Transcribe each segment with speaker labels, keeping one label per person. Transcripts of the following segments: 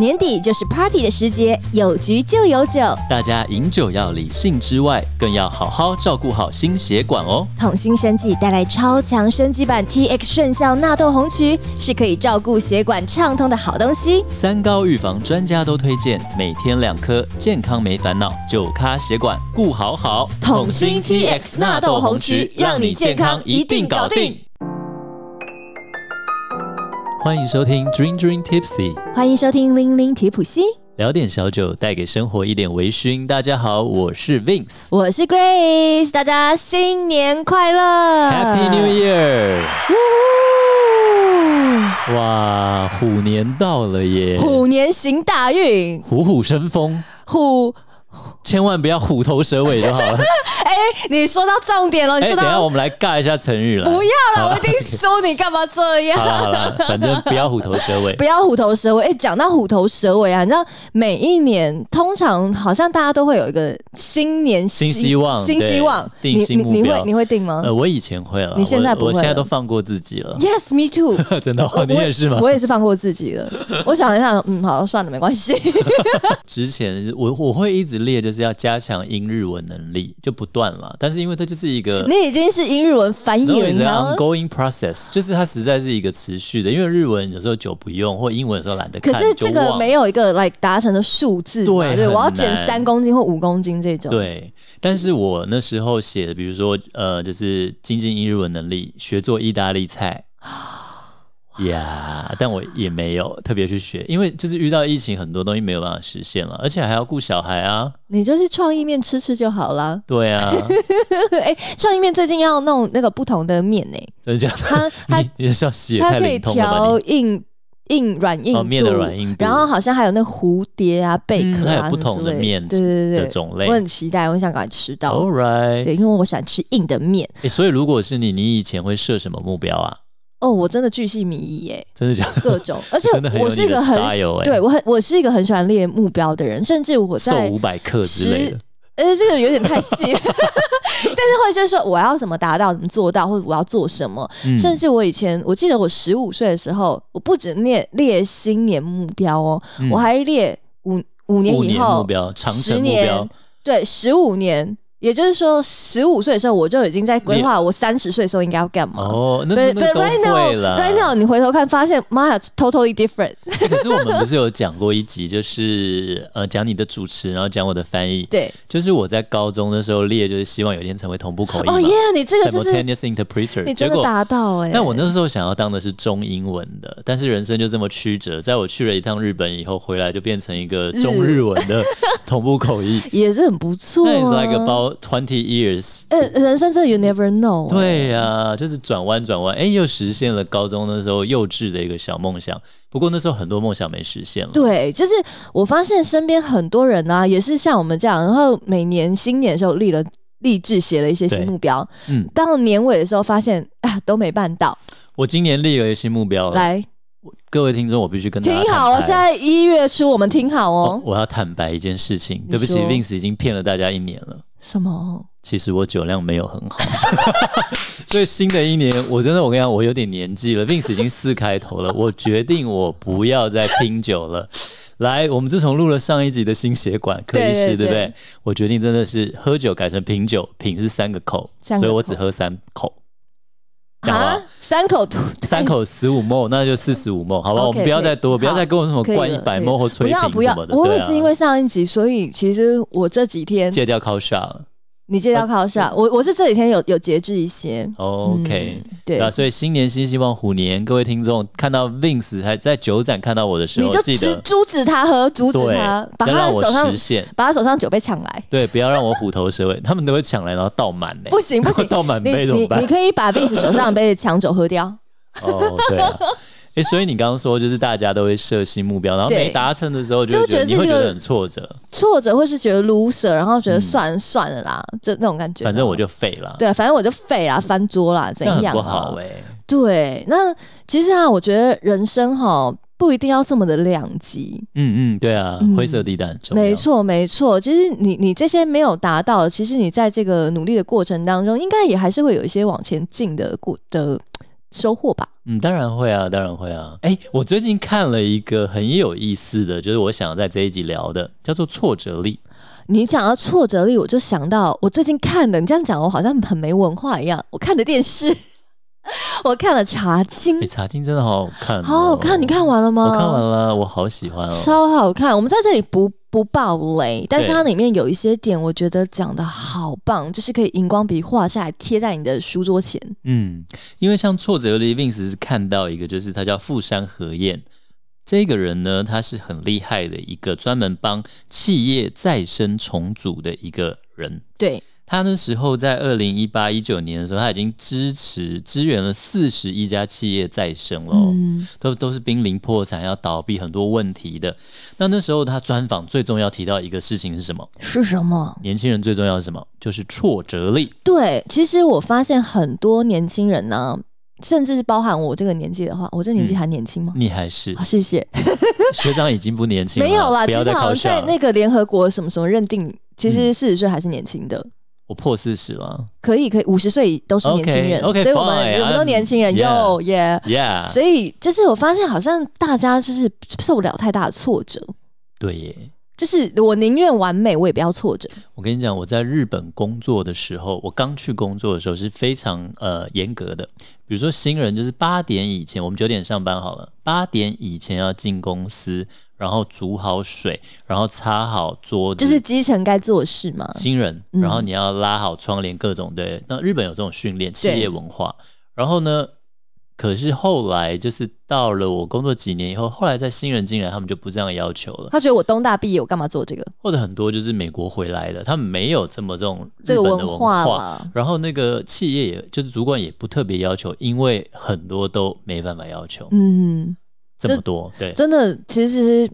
Speaker 1: 年底就是 party 的时节，有局就有酒。
Speaker 2: 大家饮酒要理性之外，更要好好照顾好心血管哦。
Speaker 1: 统新生技带来超强升级版 TX 顺效纳豆红曲，是可以照顾血管畅通的好东西。
Speaker 2: 三高预防专家都推荐每天两颗，健康没烦恼，酒咖血管顾好好。
Speaker 1: 统新 TX 纳豆红曲让你健康一定搞定。
Speaker 2: 欢迎收听 Dream Dream Tipsy，
Speaker 1: 欢迎收听《零零提普西》，
Speaker 2: 聊点小酒，带给生活一点微醺。大家好，我是 Vince。
Speaker 1: 我是 Grace，大家新年快乐
Speaker 2: Happy New Year！
Speaker 1: Year！
Speaker 2: 哇，虎年到了耶，
Speaker 1: 虎年行大运，
Speaker 2: 虎虎生风，
Speaker 1: 虎！
Speaker 2: 千万不要虎头蛇尾就 好了。
Speaker 1: 哎、你说到重点了，你
Speaker 2: 哎、
Speaker 1: 说
Speaker 2: 等一下
Speaker 1: 到、
Speaker 2: 我们来尬一下成语了。
Speaker 1: 不要了，我一 定说你干嘛这样。
Speaker 2: 好了好 了，反正不要虎头蛇尾。
Speaker 1: 不要虎头蛇尾。哎、讲到虎头蛇尾啊，你知道每一年通常好像大家都会有一个新年
Speaker 2: 新希望
Speaker 1: 新希望。
Speaker 2: 对
Speaker 1: 你
Speaker 2: 定新
Speaker 1: 你
Speaker 2: 目
Speaker 1: 你
Speaker 2: 标
Speaker 1: 会你会定吗、
Speaker 2: 呃，我以前会了，
Speaker 1: 你现在不
Speaker 2: 我，我
Speaker 1: 会
Speaker 2: 现在
Speaker 1: 了
Speaker 2: 都放过自己了。
Speaker 1: y e s me too 。
Speaker 2: 真的、哦，你也是吗？
Speaker 1: 我也是放过自己了。 我想一下，嗯，好，算了，没关系。
Speaker 2: 之前我我会一直列，就是要加强英日文能力，就不断了。但是因为它就是一个
Speaker 1: 你已经是英日文翻译
Speaker 2: No,
Speaker 1: 人
Speaker 2: it's an
Speaker 1: 了。
Speaker 2: ongoing process，就是它实在是一个持续的，因为日文有时候久不用，或英文有时候懒得
Speaker 1: 可
Speaker 2: 看，
Speaker 1: 是这
Speaker 2: 就忘
Speaker 1: 个
Speaker 2: 了
Speaker 1: 没有一个 like 达成的数字嘛，
Speaker 2: 对
Speaker 1: 对，
Speaker 2: 很
Speaker 1: 我要减
Speaker 2: 难
Speaker 1: 三公斤或五公斤这种，
Speaker 2: 对，但是我那时候写的，比如说呃，就是精进英日文能力，学做意大利 菜。呀但我也没有特别去学，因为就是遇到疫情，很多东西没有办法实现了，而且还要顾小孩啊，
Speaker 1: 你就去创意面吃吃就好啦。
Speaker 2: 对啊，
Speaker 1: 哎、创意面最近要弄那个不同的面呢、
Speaker 2: 真的假
Speaker 1: 它
Speaker 2: 的？
Speaker 1: 它
Speaker 2: 你你的消息也
Speaker 1: 它
Speaker 2: 太
Speaker 1: 可以
Speaker 2: 灵通了吧
Speaker 1: 调
Speaker 2: 你？
Speaker 1: 硬硬软硬度，
Speaker 2: 哦面的软硬度
Speaker 1: 然后好像还有那蝴蝶啊、贝壳
Speaker 2: 还
Speaker 1: 啊、
Speaker 2: 有不同
Speaker 1: 什
Speaker 2: 的
Speaker 1: 么之类
Speaker 2: 面
Speaker 1: 对对
Speaker 2: 的
Speaker 1: 对对，
Speaker 2: 种类
Speaker 1: 我很期待，我很想赶快吃到。
Speaker 2: ，All right、
Speaker 1: 对，因为我喜欢吃硬的面。
Speaker 2: 诶所以如果是你，你以前会设什么目标啊？
Speaker 1: 哦，我真的巨细靡遗 耶，
Speaker 2: 真的假的？
Speaker 1: 各种，而且
Speaker 2: 真的很有
Speaker 1: 我是一个很
Speaker 2: 你的 style 欸
Speaker 1: 对我很我是一个很喜欢列目标的人，甚至我
Speaker 2: 瘦
Speaker 1: 在
Speaker 2: 五百克之类的，
Speaker 1: 呃，这个有点太细了，但 是会就是说我要怎么达到，怎么做到，或者我要做什么。
Speaker 2: 嗯
Speaker 1: 甚至我以前，我记得我十五岁的时候，我不止列列新年目标哦，
Speaker 2: 嗯
Speaker 1: 我还列五五年
Speaker 2: 五
Speaker 1: 以
Speaker 2: 年
Speaker 1: 后
Speaker 2: 目标、长
Speaker 1: 十
Speaker 2: 程目
Speaker 1: 年
Speaker 2: 标，
Speaker 1: 对，十五年，也就是说十五岁的时候，我就已经在规划我三十岁的时候应该要干嘛。
Speaker 2: 哦，那
Speaker 1: 对
Speaker 2: 那
Speaker 1: 对
Speaker 2: 那都
Speaker 1: ，right
Speaker 2: 会了。
Speaker 1: now，right now，你回头看，发现妈呀，totally different。
Speaker 2: 欸 可是我们不是有讲过一集，就是呃讲你的主持，然后讲我的翻译。
Speaker 1: 对，
Speaker 2: 就是我在高中的时候列，就是希望有一天成为同步口译嘛
Speaker 1: 哦耶，你这个就是
Speaker 2: 哎 simultaneous interpreter。
Speaker 1: 你
Speaker 2: 结
Speaker 1: 真的
Speaker 2: 果，
Speaker 1: 达到哎、
Speaker 2: 但我那时候想要当的是中英文的，但是人生就这么曲折。在我去了一趟日本以后，回来就变成一个中
Speaker 1: 日
Speaker 2: 日文 的同步口译。
Speaker 1: 也是很不错、啊。
Speaker 2: 那也是 like about twenty years。
Speaker 1: 呃，人生真的 you never know。，啊
Speaker 2: 对呀、就是转弯转弯，哎，又实现了高中那时候幼稚的一个小梦想。不过那时候很多梦想没实现了。
Speaker 1: 对，就是我发现身边很多人啊，也是像我们这样，然后每年新年的时候立了立志，写了一些新
Speaker 2: 对
Speaker 1: 目标，
Speaker 2: 嗯，
Speaker 1: 到年尾的时候发现 啊都没办到。
Speaker 2: 我今年立了一个新目标了。
Speaker 1: 来，
Speaker 2: 各位听众，我必须跟大
Speaker 1: 听
Speaker 2: 家
Speaker 1: 好哦，
Speaker 2: 坦白
Speaker 1: 现在一月初，我们听好
Speaker 2: 哦
Speaker 1: 哦。
Speaker 2: 我要坦白一件事情，对不起
Speaker 1: 说
Speaker 2: ，Vince 已经骗了大家一年了。
Speaker 1: 什么？
Speaker 2: 其实我酒量没有很好， 所以新的一年，我真的我跟你讲，我有点年纪了，Vince 已经四开头 了，我决定我不要再拼酒了。来，我们自从录了上一集的心血管科医
Speaker 1: 对对
Speaker 2: 师，对不对
Speaker 1: 对？
Speaker 2: 我决定真的是喝酒改成品酒，品是三个口，
Speaker 1: 三个口
Speaker 2: 所以我只喝三口，讲吧
Speaker 1: 啊，三口 吐，
Speaker 2: 三口十五 ml，那就四十五 ml，好吧？
Speaker 1: OK，
Speaker 2: 我们不要再多，
Speaker 1: 可以
Speaker 2: 不要再跟我什么
Speaker 1: 可以
Speaker 2: 灌一
Speaker 1: 了
Speaker 2: 百
Speaker 1: 可以
Speaker 2: ml
Speaker 1: 不
Speaker 2: 或吹瓶
Speaker 1: 要不
Speaker 2: 什
Speaker 1: 要
Speaker 2: 么！的，
Speaker 1: 我
Speaker 2: 对
Speaker 1: 也
Speaker 2: 啊
Speaker 1: 是因为上一集，所以其实我这几天
Speaker 2: 戒掉啊 c 下了。
Speaker 1: 你戒掉考试啊，我我是这几天有有节制一些。
Speaker 2: 哦
Speaker 1: 嗯
Speaker 2: OK，、
Speaker 1: 对，
Speaker 2: 啊，所以新年新希望，虎年各位听众看到 Vince 还在酒展看到我的时
Speaker 1: 你
Speaker 2: 候，
Speaker 1: 就
Speaker 2: 记
Speaker 1: 只
Speaker 2: 得
Speaker 1: 阻止他喝，阻止
Speaker 2: 对，
Speaker 1: 他，把
Speaker 2: 要
Speaker 1: 他
Speaker 2: 让
Speaker 1: 的
Speaker 2: 我
Speaker 1: 手上
Speaker 2: 实现，
Speaker 1: 把他手上酒杯抢来。
Speaker 2: 对，不要让我虎头 蛇尾，他们都会抢来然后倒满呢、
Speaker 1: 不 行不行，
Speaker 2: 倒满
Speaker 1: 你
Speaker 2: 杯怎么
Speaker 1: 你
Speaker 2: 办
Speaker 1: 你？可以把 Vince 手上的杯子抢走喝掉。
Speaker 2: 哦，对 啊。哎、所以你刚刚说就是大家都会设新目标，然后
Speaker 1: 对
Speaker 2: 没达成的时候就
Speaker 1: 就
Speaker 2: 会
Speaker 1: 会觉
Speaker 2: 觉
Speaker 1: 得
Speaker 2: 得你会
Speaker 1: 这
Speaker 2: 觉
Speaker 1: 个
Speaker 2: 得很挫折，
Speaker 1: 挫折或是觉得 loser，然后觉得嗯算了算了啦，就那种感觉。
Speaker 2: 反正我就废了，
Speaker 1: 对，啊反正我就废啦，翻桌啦，
Speaker 2: 这
Speaker 1: 怎
Speaker 2: 样很
Speaker 1: 样、啊？
Speaker 2: 不好哎、
Speaker 1: 对，那其实啊，我觉得人生哈不一定要这么的两极。
Speaker 2: 嗯嗯，对啊，
Speaker 1: 嗯
Speaker 2: 灰色地带很重要，
Speaker 1: 没错，没错。其实你你这些没有达到，其实你在这个努力的过程当中，应该也还是会有一些往前进的过的收获吧？
Speaker 2: 嗯，当然会啊，当然会啊。哎，我最近看了一个很有意思的，就是我想在这一集聊的，叫做挫折力。
Speaker 1: 你讲到挫折力，我就想到我最近看的，你这样讲我好像很没文化一样。我看的电视， 我看了《茶经
Speaker 2: 哎，》，茶经真的好好看、哦，
Speaker 1: 好好看，你看完了吗？
Speaker 2: 我看完了，我好喜欢哦。
Speaker 1: 超好看。我们在这里不不爆雷，但是
Speaker 2: 对
Speaker 1: 它里面有一些点，我觉得讲的好棒，就是可以荧光笔画下来贴在你的书桌前。
Speaker 2: 嗯，因为像挫折力 Vince 是看到一个，就是他叫富山和彦这个人呢，他是很厉害的一个专门帮企业再生重组的一个人。
Speaker 1: 对，
Speaker 2: 他那时候在二零一八一九年的时候，他已经支持支援了四十一家企业再生了、哦，
Speaker 1: 嗯，
Speaker 2: 都都是濒临破产、要倒闭很多问题的。那那时候他专访最重要提到一个事情是什么？
Speaker 1: 是什么？
Speaker 2: 年轻人最重要是什么？就是挫折力。
Speaker 1: 对，其实我发现很多年轻人呢、甚至是包含我这个年纪的话，我这年
Speaker 2: 嗯
Speaker 1: 纪还年轻吗？
Speaker 2: 你还是
Speaker 1: 好、谢谢。
Speaker 2: 学长已经不年轻了，
Speaker 1: 没有啦，
Speaker 2: 不
Speaker 1: 其
Speaker 2: 要
Speaker 1: 实
Speaker 2: 再
Speaker 1: 好
Speaker 2: 考
Speaker 1: 像在
Speaker 2: 上。
Speaker 1: 那个联合国什么什么认定，其实
Speaker 2: 嗯
Speaker 1: 四十岁还是年轻的。
Speaker 2: 我破四十了
Speaker 1: 可以，可以，五十岁都是年轻人
Speaker 2: OK，OK，
Speaker 1: 所以我们
Speaker 2: fine，
Speaker 1: 我们都
Speaker 2: I'm-
Speaker 1: 年轻人
Speaker 2: yeah 啊
Speaker 1: 哟耶。
Speaker 2: ，Yeah，
Speaker 1: 所以就是我发现，好像大家就是受不了太大的挫折，
Speaker 2: 对耶。
Speaker 1: 就是我宁愿完美，我也不要挫折。
Speaker 2: 我跟你讲，我在日本工作的时候，我刚去工作的时候是非常呃严格的。比如说新人就是八点以前，我们九点上班好了，八点以前要进公司，然后煮好水，然后擦好桌子，
Speaker 1: 就是基层该做的事嘛。
Speaker 2: 新人，
Speaker 1: 嗯
Speaker 2: 然后你要拉好窗帘，各种对。那日本有这种训练企业文化，然后呢，可是后来就是到了我工作几年以后，后来在新人进来，他们就不这样要求了，
Speaker 1: 他觉得我东大毕业，我干嘛做这个？
Speaker 2: 或者很多就是美国回来的，他们没有这么这种
Speaker 1: 这
Speaker 2: 日
Speaker 1: 个
Speaker 2: 本的文
Speaker 1: 化啦，
Speaker 2: 然后那个企业也就是主管也不特别要求，因为很多都没办法要求、
Speaker 1: 嗯，
Speaker 2: 这么多，对，
Speaker 1: 真的，其实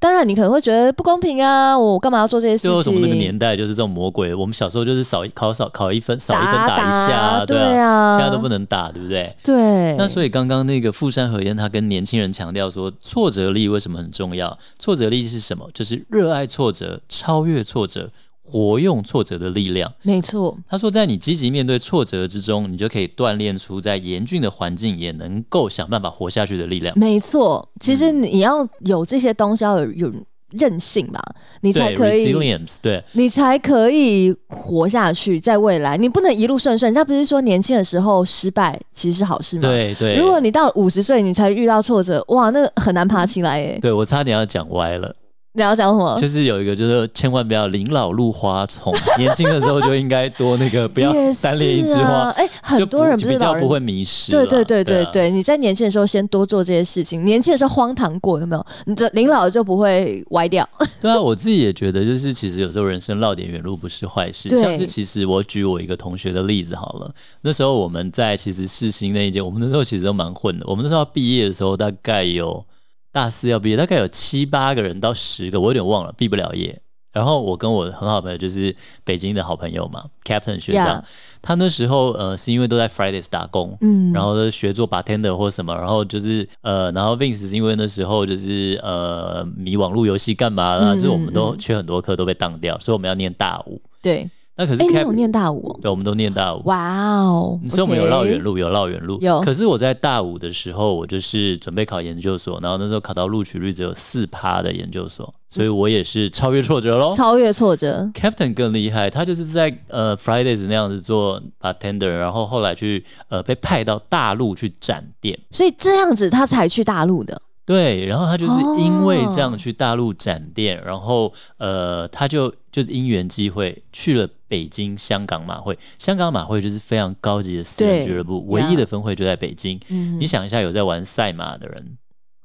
Speaker 1: 当然你可能会觉得不公平啊，我干嘛要做这些事
Speaker 2: 就为什
Speaker 1: 情？
Speaker 2: 么那个年代就是这种魔鬼？我们小时候就是少一考少考一分，少一分
Speaker 1: 打
Speaker 2: 打一下，
Speaker 1: 打
Speaker 2: 对
Speaker 1: 对啊
Speaker 2: 现在都不能打，对不对？
Speaker 1: 对，
Speaker 2: 那所以刚刚那个富山和彦他跟年轻人强调说，挫折力为什么很重要？挫折力是什么？就是热爱挫折，超越挫折，活用挫折的力量。
Speaker 1: 没错，
Speaker 2: 他说，在你积极面对挫折之中，你就可以锻炼出在严峻的环境也能够想办法活下去的力量。
Speaker 1: 没错。其实你要有这些东西，要有有韧性吧，你才
Speaker 2: 对
Speaker 1: 可以。
Speaker 2: ，resilience，对，
Speaker 1: 你才可以活下去，在未来你不能一路顺顺。人家不是说年轻的时候失败其实是好事吗？。
Speaker 2: 对对。
Speaker 1: 如果你到五十岁你才遇到挫折，哇，那个很难爬起来耶。
Speaker 2: 对我差点要讲歪了，
Speaker 1: 你要讲什么？
Speaker 2: 就是有一个就是千万不要临老入花丛，年轻的时候就应该多那个不 要
Speaker 1: 也是
Speaker 2: 单恋一枝
Speaker 1: 啊
Speaker 2: 花。。
Speaker 1: 哎、
Speaker 2: 就
Speaker 1: 很
Speaker 2: 不
Speaker 1: 多人
Speaker 2: 就
Speaker 1: 不是
Speaker 2: 比
Speaker 1: 老
Speaker 2: 较
Speaker 1: 人
Speaker 2: 不会迷失啦。
Speaker 1: 对对对对
Speaker 2: 啊
Speaker 1: 对，你在年轻的时候先多做这些事情，年轻的时候荒唐过有没有？你的临老就不会歪掉。
Speaker 2: 对啊，我自己也觉得，就是其实有时候人生绕点远路不是坏事。
Speaker 1: 对
Speaker 2: 像是其实我举我一个同学的例子好了，那时候我们在其实世新那一届，我们那时候其实都蛮混的。我们那时候要毕业的时候，大概有大四要毕业，大概有七八个人到十个，我有点忘了，毕不了业。然后我跟我很好朋友就是北京的好朋友嘛，Captain 学长
Speaker 1: Yeah
Speaker 2: 他那时候呃是因为都在 Fridays 打工，
Speaker 1: 嗯，
Speaker 2: 然后呢学做 bartender 或什么，然后就是呃，然后 Vince 是因为那时候就是呃迷网络游戏干嘛啦，
Speaker 1: 嗯
Speaker 2: 就是我
Speaker 1: 嗯
Speaker 2: 们都
Speaker 1: 嗯
Speaker 2: 缺很多课都被当掉，所以我们要念大五。
Speaker 1: 对，
Speaker 2: 那可是
Speaker 1: 哎、你
Speaker 2: Cap，、
Speaker 1: 有念大五、哦？
Speaker 2: 对，我们都念大五。
Speaker 1: 哇哦！
Speaker 2: 嗯所以我们有
Speaker 1: OK
Speaker 2: 绕远路，有绕远路。
Speaker 1: 有
Speaker 2: 可是我在大五的时候，我就是准备考研究所，然后那时候考到录取率只有四趴的研究所，所以我也是超越挫折喽。
Speaker 1: 嗯超越挫折，
Speaker 2: Captain 更厉害，他就是在呃 Fridays 那样子做 bartender，然后后来去呃被派到大陆去展店。
Speaker 1: 所以这样子他才去大陆的。
Speaker 2: 对，然后他就是因为这
Speaker 1: 哦
Speaker 2: 样去大陆展店，然后呃，他就就是因缘机会去了北京香港马会。香港马会就是非常高级的私人
Speaker 1: 对
Speaker 2: 俱乐部，唯一
Speaker 1: yeah
Speaker 2: 的分会就在北京。
Speaker 1: 嗯
Speaker 2: 你，想一下，有在玩赛马的人，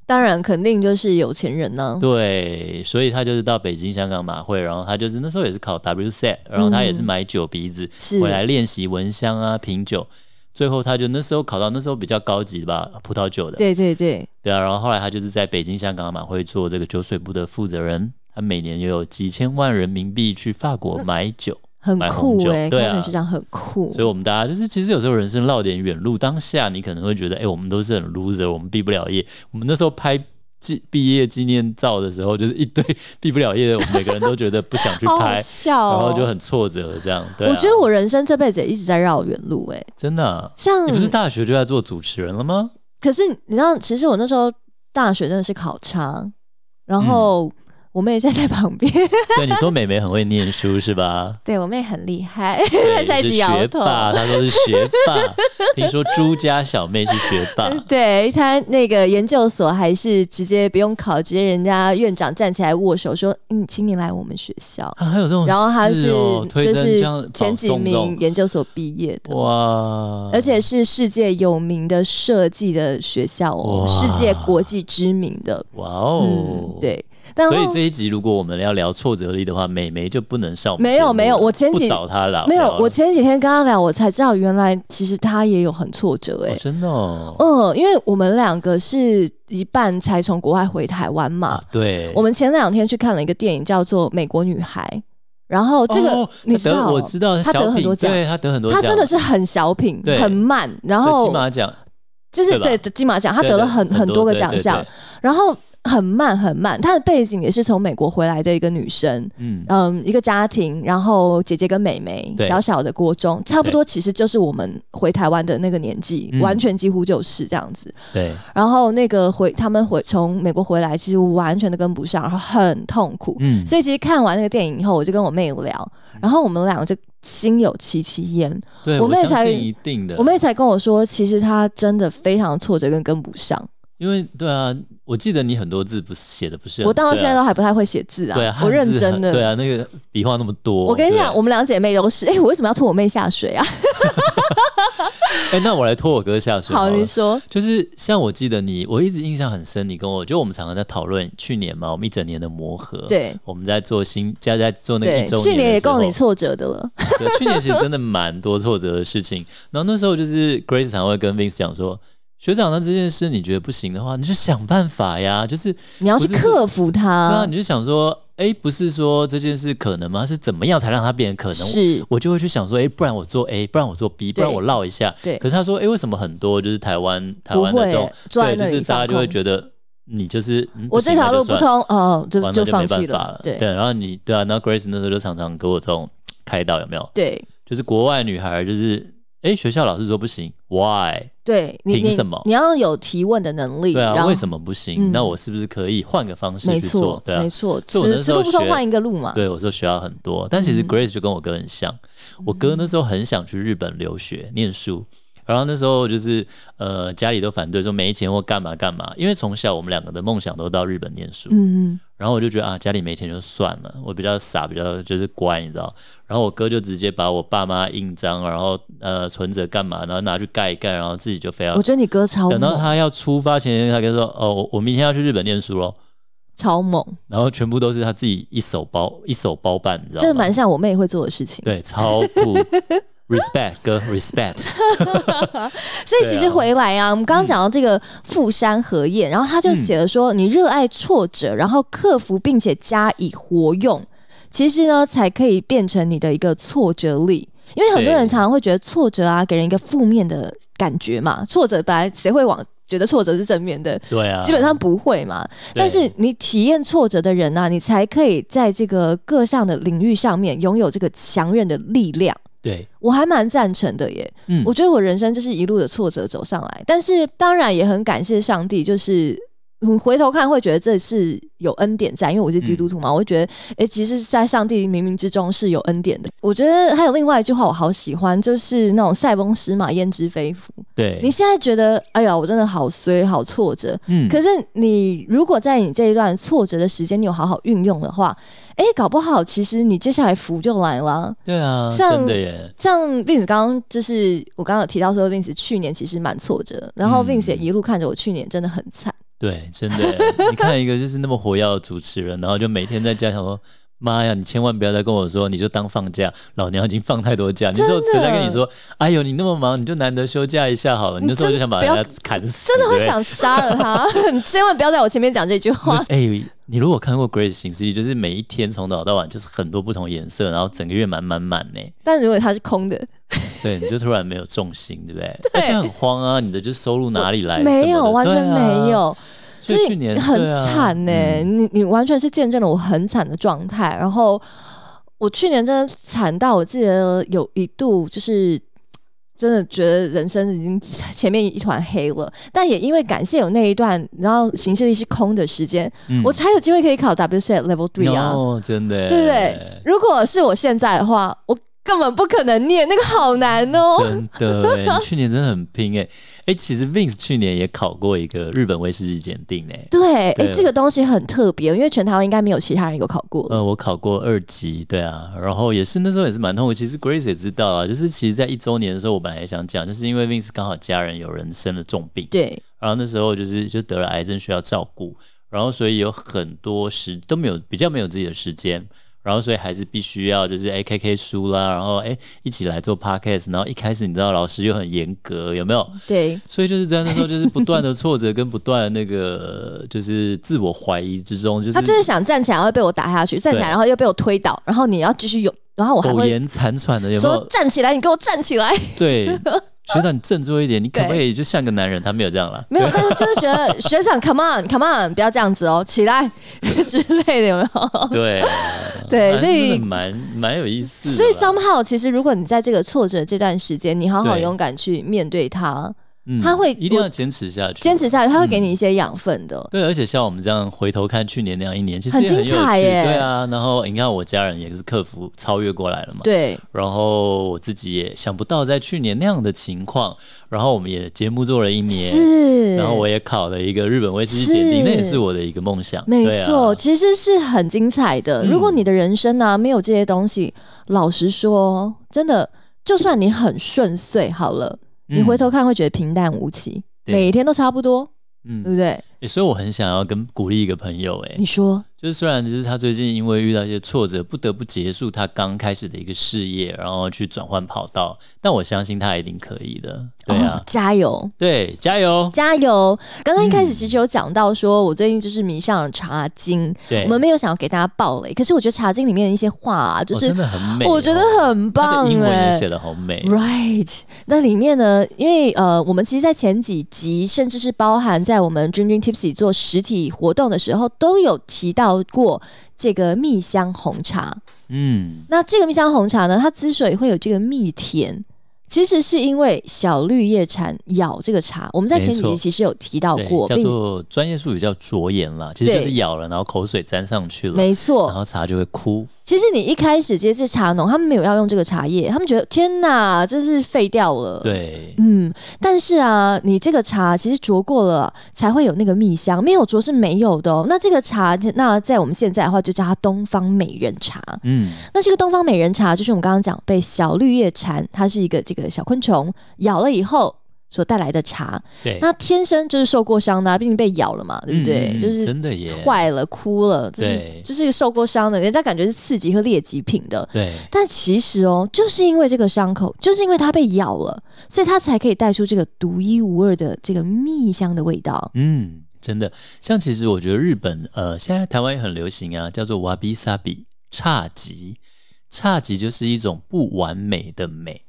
Speaker 1: 当然肯定就是有钱人呢、
Speaker 2: 对，所以他就是到北京香港马会，然后他就是那时候也是考 WSET，然后他也是
Speaker 1: 嗯
Speaker 2: 买酒鼻子，
Speaker 1: 是
Speaker 2: 回来练习闻香啊、品酒。最后，他就那时候考到那时候比较高级的吧，葡萄酒的。
Speaker 1: 对对对，
Speaker 2: 对啊，然后后来他就是在北京、香港马会做这个酒水部的负责人，他每年也有几千万人民币去法国
Speaker 1: 嗯
Speaker 2: 买酒，
Speaker 1: 很
Speaker 2: 买
Speaker 1: 酷
Speaker 2: 红酒
Speaker 1: 哎、欸，
Speaker 2: 对啊
Speaker 1: 康学长很酷。
Speaker 2: 所以我们大家就是其实有时候人生绕点远路，当下你可能会觉得，哎，我们都是很 loser，我们毕不了业。我们那时候拍纪毕业纪念照的时候，就是一堆 毕不了业的，我们每个人都觉得不想去
Speaker 1: 好好
Speaker 2: 拍，
Speaker 1: 笑、哦，
Speaker 2: 然后就很挫折这样。对啊、
Speaker 1: 我觉得我人生这辈子也一直在绕远路、欸，哎，
Speaker 2: 真的啊、
Speaker 1: 像
Speaker 2: 你不是大学就在做主持人了吗？
Speaker 1: 可是你知道，其实我那时候大学真的是考差，然
Speaker 2: 嗯
Speaker 1: 后我妹站在旁边，
Speaker 2: 对，你说美眉很会念书是吧？
Speaker 1: 对我妹很厉害，
Speaker 2: 对
Speaker 1: 她现在一
Speaker 2: 是
Speaker 1: 直摇
Speaker 2: 学
Speaker 1: 头。
Speaker 2: 霸，她哎说是学 霸。听说朱家小妹是学霸，
Speaker 1: 对她那个研究所还是直接不用考，直接人家院长站起来握手说：“嗯，请你来我们学校。
Speaker 2: 啊还有这”种事哦、
Speaker 1: 然后她是
Speaker 2: 推
Speaker 1: 就
Speaker 2: 甄这
Speaker 1: 是
Speaker 2: 样
Speaker 1: 前几
Speaker 2: 保送
Speaker 1: 名研究所毕业
Speaker 2: 这
Speaker 1: 的
Speaker 2: 种，哇，
Speaker 1: 而且是世界有名的设计的学校哦，
Speaker 2: 哇
Speaker 1: 世界国际知名的。
Speaker 2: 哇
Speaker 1: 嗯
Speaker 2: 哦，，
Speaker 1: 对，但
Speaker 2: 所以
Speaker 1: 后
Speaker 2: 这一集如果我们要聊挫折力的话，美眉就不能上我们
Speaker 1: 没有
Speaker 2: 节目
Speaker 1: 没有
Speaker 2: 了
Speaker 1: 我前几
Speaker 2: 不找她了，
Speaker 1: 没有
Speaker 2: 聊，了
Speaker 1: 我前几天跟他聊，我才知道原来其实他也有很挫折哎、
Speaker 2: 哦真的哦、
Speaker 1: 嗯，因为我们两个是一半才从国外回台湾嘛
Speaker 2: 啊，，对，
Speaker 1: 我们前两天去看了一个电影叫做《美国女孩》，然后这个、
Speaker 2: 哦
Speaker 1: 你
Speaker 2: 她
Speaker 1: 知
Speaker 2: 得
Speaker 1: 道，
Speaker 2: 我知道
Speaker 1: 她得
Speaker 2: 小
Speaker 1: 很
Speaker 2: 品
Speaker 1: 多奖
Speaker 2: 对她得很多
Speaker 1: 她
Speaker 2: 奖，
Speaker 1: 真的是很小品，
Speaker 2: 对
Speaker 1: 很慢，然
Speaker 2: 对
Speaker 1: 后
Speaker 2: 金马奖，
Speaker 1: 就是
Speaker 2: 对吧
Speaker 1: 对金马奖，她
Speaker 2: 对
Speaker 1: 得了
Speaker 2: 对
Speaker 1: 很很多个
Speaker 2: 对
Speaker 1: 奖
Speaker 2: 对
Speaker 1: 项
Speaker 2: 对，
Speaker 1: 然后很慢很慢，她的背景也是从美国回来的一个女生，
Speaker 2: 嗯，
Speaker 1: 嗯，一个家庭，然后姐姐跟妹妹，
Speaker 2: 对
Speaker 1: 小小的国中，差不多其实就是我们回台湾的那个年纪，
Speaker 2: 嗯
Speaker 1: 完全几乎就是这样子。
Speaker 2: 对，
Speaker 1: 然后那个回他们回从美国回来，其实完全的跟不上，然后很痛苦。
Speaker 2: 嗯，
Speaker 1: 所以其实看完那个电影以后，我就跟我妹聊，然后我们俩就心有戚戚焉。
Speaker 2: 对
Speaker 1: 我
Speaker 2: 我
Speaker 1: 妹
Speaker 2: 相
Speaker 1: 才
Speaker 2: 信一定的，
Speaker 1: 我妹才跟我说，其实她真的非常挫折跟跟不上。
Speaker 2: 因为对啊，我记得你很多字不是写的不是很，
Speaker 1: 我到现在
Speaker 2: 对啊
Speaker 1: 都还不太会写字啊，
Speaker 2: 对啊，
Speaker 1: 我
Speaker 2: 汉字
Speaker 1: 认
Speaker 2: 很
Speaker 1: 真的。
Speaker 2: 对啊，那个笔画那么多，
Speaker 1: 我跟你
Speaker 2: 对啊
Speaker 1: 讲，我们两姐妹都是，哎、我为什么要拖我妹下水啊？
Speaker 2: 哎，那我来拖我哥下水
Speaker 1: 好，
Speaker 2: 了
Speaker 1: 你说，
Speaker 2: 就是像我记得你，我一直印象很深，你跟我就我们常常在讨论去年嘛，我们一整年的磨合，，
Speaker 1: 对。
Speaker 2: 我们在做新家在做那
Speaker 1: 对
Speaker 2: 一周，
Speaker 1: 去年
Speaker 2: 的
Speaker 1: 也
Speaker 2: 时候
Speaker 1: 够你挫折的了。
Speaker 2: 对，去年其实真的蛮多挫折的事情。然后那时候就是 Grace 常会跟 Vince 讲说，学长，那这件事你觉得不行的话，你就想办法呀，就是
Speaker 1: 你要去
Speaker 2: 不是
Speaker 1: 克服
Speaker 2: 对啊，
Speaker 1: 它，
Speaker 2: 你就想说，哎，不是说这件事可能吗？是怎么样才让它变成可能？
Speaker 1: 是
Speaker 2: 我就会去想说，哎、不然我做 A，不然我做 B，不
Speaker 1: 对
Speaker 2: 然我绕一下。
Speaker 1: 对
Speaker 2: 可是他说，哎、为什么很多就是台湾台湾
Speaker 1: 不
Speaker 2: 的
Speaker 1: 会
Speaker 2: 这种，
Speaker 1: 坐在
Speaker 2: 对，
Speaker 1: 那
Speaker 2: 就
Speaker 1: 里
Speaker 2: 是大家就会
Speaker 1: 放空
Speaker 2: 觉得你就是、嗯、
Speaker 1: 我这条路不
Speaker 2: 不行那就算
Speaker 1: 通，哦，就
Speaker 2: 完了
Speaker 1: 放弃
Speaker 2: 没办法了。
Speaker 1: 对
Speaker 2: 然后你对啊，那 Grace 那时候就常常给我这种开导，有没有？
Speaker 1: 对
Speaker 2: 就是国外女孩，就是哎、诶学校老师说不行，why？
Speaker 1: 对，你
Speaker 2: 凭
Speaker 1: 你
Speaker 2: 什么
Speaker 1: 你要有提问的能力，
Speaker 2: 对
Speaker 1: 然
Speaker 2: 啊，
Speaker 1: 后
Speaker 2: 为什么不行？
Speaker 1: 嗯
Speaker 2: 那我是不是可以换个方式
Speaker 1: 没
Speaker 2: 去做
Speaker 1: 错？，
Speaker 2: 对啊
Speaker 1: 没，错，
Speaker 2: 所以我
Speaker 1: 此
Speaker 2: 那
Speaker 1: 此
Speaker 2: 时
Speaker 1: 路
Speaker 2: 候
Speaker 1: 不通
Speaker 2: 学
Speaker 1: 换一个路嘛。
Speaker 2: 对我说学到很多，但其实
Speaker 1: 嗯
Speaker 2: Grace 就跟我哥很像，我哥那时候很想去日本留学念书。然后那时候就是呃，家里都反对说没钱或干嘛干嘛，因为从小我们两个的梦想都到日本念书。
Speaker 1: 嗯，嗯，
Speaker 2: 然后我就觉得啊，家里没钱就算了，我比较傻，比较就是乖，你知道。然后我哥就直接把我爸妈印章，然后呃存折干嘛，然后拿去盖一盖，然后自己就非要
Speaker 1: 我觉得你哥超
Speaker 2: 等到
Speaker 1: 猛，
Speaker 2: 嗯他要出发前，他跟他说：“哦，我我明天要去日本念书咯。
Speaker 1: 超猛，
Speaker 2: 然后全部都是他自己一手包一手包办，你知道
Speaker 1: 这
Speaker 2: 吗？
Speaker 1: 蛮像我妹会做的事情。
Speaker 2: 对，超 酷，respect 哥，respect，
Speaker 1: 所以其实
Speaker 2: 对啊
Speaker 1: 回来啊，我们刚刚讲到这个富山和彦，然后他
Speaker 2: 嗯
Speaker 1: 就写了说，你热爱挫折，然后克服并且加以活用，其实呢才可以变成你的一个挫折力。因为很多人
Speaker 2: 对
Speaker 1: 常常会觉得挫折啊，给人一个负面的感觉嘛。挫折本来谁会往觉得挫折是正面的，
Speaker 2: 对啊，
Speaker 1: 基本上不会嘛。
Speaker 2: 对，
Speaker 1: 但是你体验挫折的人啊，你才可以在这个各项的领域上面拥有这个强韧的力量。
Speaker 2: 对，
Speaker 1: 我还蛮赞成的耶。
Speaker 2: 嗯
Speaker 1: 我觉得我人生就是一路的挫折走上来，但是当然也很感谢上帝，就是。你回头看会觉得这是有恩典在，因为我是基督徒
Speaker 2: 嗯
Speaker 1: 嘛，我会觉得，哎、其实，在上帝冥冥之中是有恩典的。我觉得还有另外一句话，我好喜欢，就是那种塞翁失马焉知非福。
Speaker 2: 对，
Speaker 1: 你现在觉得，哎呀，我真的好衰，好挫折，
Speaker 2: 嗯
Speaker 1: 可是你如果在你这一段挫折的时间，你有好好运用的话，哎、搞不好其实你接下来福就来了。
Speaker 2: 对啊，
Speaker 1: 像
Speaker 2: 真的耶，
Speaker 1: 像 Vince 刚刚就是我刚刚有提到说，Vince 去年其实蛮挫折，然后
Speaker 2: 嗯
Speaker 1: Vince 也一路看着我去年真的很惨。
Speaker 2: 对，真的耶。你看一个就是那么活跃的主持人，然后就每天在家想说。妈呀！你千万不要再跟我说，你就当放假，老娘已经放太多假。你
Speaker 1: 真
Speaker 2: 这
Speaker 1: 的
Speaker 2: 种词在跟你说，哎呦，你那么忙，你就难得休假一下好了。你那时候
Speaker 1: 真
Speaker 2: 就想把
Speaker 1: 不要
Speaker 2: 人家砍死，欸
Speaker 1: 真的会
Speaker 2: 对不对
Speaker 1: 想杀了他， 你千万不要在我前面讲这句话
Speaker 2: 不。是哎、你如果看过《Grace 形式就是每一天从早到晚就是很多不同颜色，然后整个月满满满呢。
Speaker 1: 但如果他是空的，
Speaker 2: 对，你就突然没有重心，对不对？
Speaker 1: 对
Speaker 2: 而且很慌啊，你的就收入哪里来？
Speaker 1: 没有，
Speaker 2: 什么
Speaker 1: 完
Speaker 2: 的
Speaker 1: 全
Speaker 2: 对啊
Speaker 1: 没有。
Speaker 2: 所以去年
Speaker 1: 很
Speaker 2: 对啊
Speaker 1: 惨呢、
Speaker 2: 嗯
Speaker 1: 你你完全是见证了我很惨的状态。然后我去年真的惨到，我记得有一度就是真的觉得人生已经前面一团黑了。但也因为感谢有那一段，然后行事力是空的时间，
Speaker 2: 嗯
Speaker 1: 我才有机会可以考 WSET Level Three 啊。
Speaker 2: 哦，真的耶，
Speaker 1: 对不对？如果是我现在的话，我根本不可能念，那个好难哦。
Speaker 2: 真的耶，你去年真的很拼哎哎，其实 Vince 去年也考过一个日本威士忌检定哎，
Speaker 1: 对，哎、
Speaker 2: 对
Speaker 1: 这个东西很特别，因为全台湾应该没有其他人有考过了。
Speaker 2: 呃，我考过二级，对啊，然后也是那时候也是蛮痛苦。其实 Grace 也知道啊，就是其实，在一周年的时候，我本来也想讲，就是因为 Vince 刚好家人有人生了重病，
Speaker 1: 对，
Speaker 2: 然后那时候就是就得了癌症需要照顾，然后所以有很多时都没有比较没有自己的时间，然后所以还是必须要就是 A K K 书啦，然后哎一起来做 podcast，然后一开始你知道老师又很严格，有没有？
Speaker 1: 对，
Speaker 2: 所以就是在那时候就是不断的挫折跟不断的那个就是自我怀疑之中，就是
Speaker 1: 他就是想站起来，然后被我打下去；站起来，
Speaker 2: 对
Speaker 1: 然后又被我推倒，然后你要继续有，然后我还
Speaker 2: 苟
Speaker 1: 会
Speaker 2: 延残喘的，有没
Speaker 1: 说
Speaker 2: 有？
Speaker 1: 站起来，你给我站起来。
Speaker 2: 对，学长你振作一点，你可不可
Speaker 1: 对
Speaker 2: 以就像个男人？他没有这样 啦。
Speaker 1: 没有，但是就是觉得学长，come on，come on，不要这样子哦，起来 之类的，有没有？
Speaker 2: 对
Speaker 1: 对，
Speaker 2: 还是
Speaker 1: 所以
Speaker 2: 蛮蛮有意思的
Speaker 1: 所
Speaker 2: 啦。
Speaker 1: 以 somehow，其实如果你在这个挫折这段时间，你好好
Speaker 2: 对
Speaker 1: 勇敢去面对它，
Speaker 2: 嗯
Speaker 1: 他会
Speaker 2: 一定
Speaker 1: 我
Speaker 2: 要嗯坚持下去，
Speaker 1: 坚持。下去，它会给你一些养分的。
Speaker 2: 对，而且像我们这样回头看去年那样一年，其实
Speaker 1: 很
Speaker 2: 也很有
Speaker 1: 精
Speaker 2: 趣，
Speaker 1: 彩耶
Speaker 2: 对啊。然后你看，我家人也是克服超越过来了嘛。
Speaker 1: 对，
Speaker 2: 然后我自己也想不到在去年那样的情况，然后我们也节目做了一年，
Speaker 1: 是。
Speaker 2: 然后我也考了一个日本威士忌鉴定，
Speaker 1: 是
Speaker 2: 那也是我的一个梦想。
Speaker 1: 没
Speaker 2: 对啊
Speaker 1: 错，其实是很精彩的。
Speaker 2: 嗯
Speaker 1: 如果你的人生呢、没有这些东西，老实说，真的，就算你很顺遂好了，你
Speaker 2: 嗯
Speaker 1: 回头看会觉得平淡无奇，
Speaker 2: 对
Speaker 1: 每天都差不多，对
Speaker 2: 嗯，
Speaker 1: 不对？
Speaker 2: 欸所以我很想要跟鼓励一个朋友，哎
Speaker 1: 你，说
Speaker 2: 就是虽然就是他最近因为遇到一些挫折，不得不结束他刚开始的一个事业，然后去转换跑道，但我相信他一定可以的。对啊，
Speaker 1: 哦，加油！
Speaker 2: 对，加油！
Speaker 1: 加油！刚刚一开始
Speaker 2: 嗯
Speaker 1: 其实有讲到说，我最近就是迷上了茶经，
Speaker 2: 对，
Speaker 1: 我们没有想要给大家爆雷，可是我觉得茶经里面的一些话、啊，就
Speaker 2: 哦
Speaker 1: 是、
Speaker 2: 真的很美哦，
Speaker 1: 我觉得很
Speaker 2: 他
Speaker 1: 棒
Speaker 2: 的英文
Speaker 1: 哎、
Speaker 2: 也写的好美，
Speaker 1: Right，那里面呢，因为呃，我们其实，在前几集，甚至是包含在我们 Dream Dream Tipsy 做实体活动的时候，都有提到过这个蜜香红茶。
Speaker 2: 嗯，
Speaker 1: 那这个蜜香红茶呢，它之所以会有这个蜜甜，其实是因为小绿叶蝉咬这个茶。我们在前几
Speaker 2: 没
Speaker 1: 集
Speaker 2: 错
Speaker 1: 其实有提到
Speaker 2: 对
Speaker 1: 过，，哦
Speaker 2: 叫
Speaker 1: 并
Speaker 2: 做专业术语叫着眼啦，其实
Speaker 1: 对
Speaker 2: 就是咬了，然后口水沾上去了，
Speaker 1: 没
Speaker 2: 然
Speaker 1: 错。
Speaker 2: 后茶就会哭，
Speaker 1: 其实你一开始接这茶农，他们没有要用这个茶叶，他们觉得天哪，这是废掉了。
Speaker 2: 对，
Speaker 1: 嗯，但是啊，你这个茶其实灼过了才会有那个蜜香，没有灼是没有的哦。那这个茶，那在我们现在的话就叫它东方美人茶。
Speaker 2: 嗯，
Speaker 1: 那这个东方美人茶就是我们刚刚讲被小绿叶蝉，它是一个这个小昆虫咬了以后。所带来的茶，
Speaker 2: 对，
Speaker 1: 那天生就是受过伤的、啊，毕竟被咬了嘛，对不对？
Speaker 2: 嗯嗯嗯
Speaker 1: 就是
Speaker 2: 真的耶，
Speaker 1: 坏了、哭了，就是
Speaker 2: 对
Speaker 1: 就是受过伤的，人家感觉是刺激和劣级品的。
Speaker 2: 对，
Speaker 1: 但其实哦，就是因为这个伤口，就是因为它被咬了，所以它才可以带出这个独一无二的这个蜜香的味道。
Speaker 2: 嗯，真的，像其实我觉得日本，呃，现在台湾也很流行啊，叫做 wabi sabi 侘寂，侘寂就是一种不完美的美。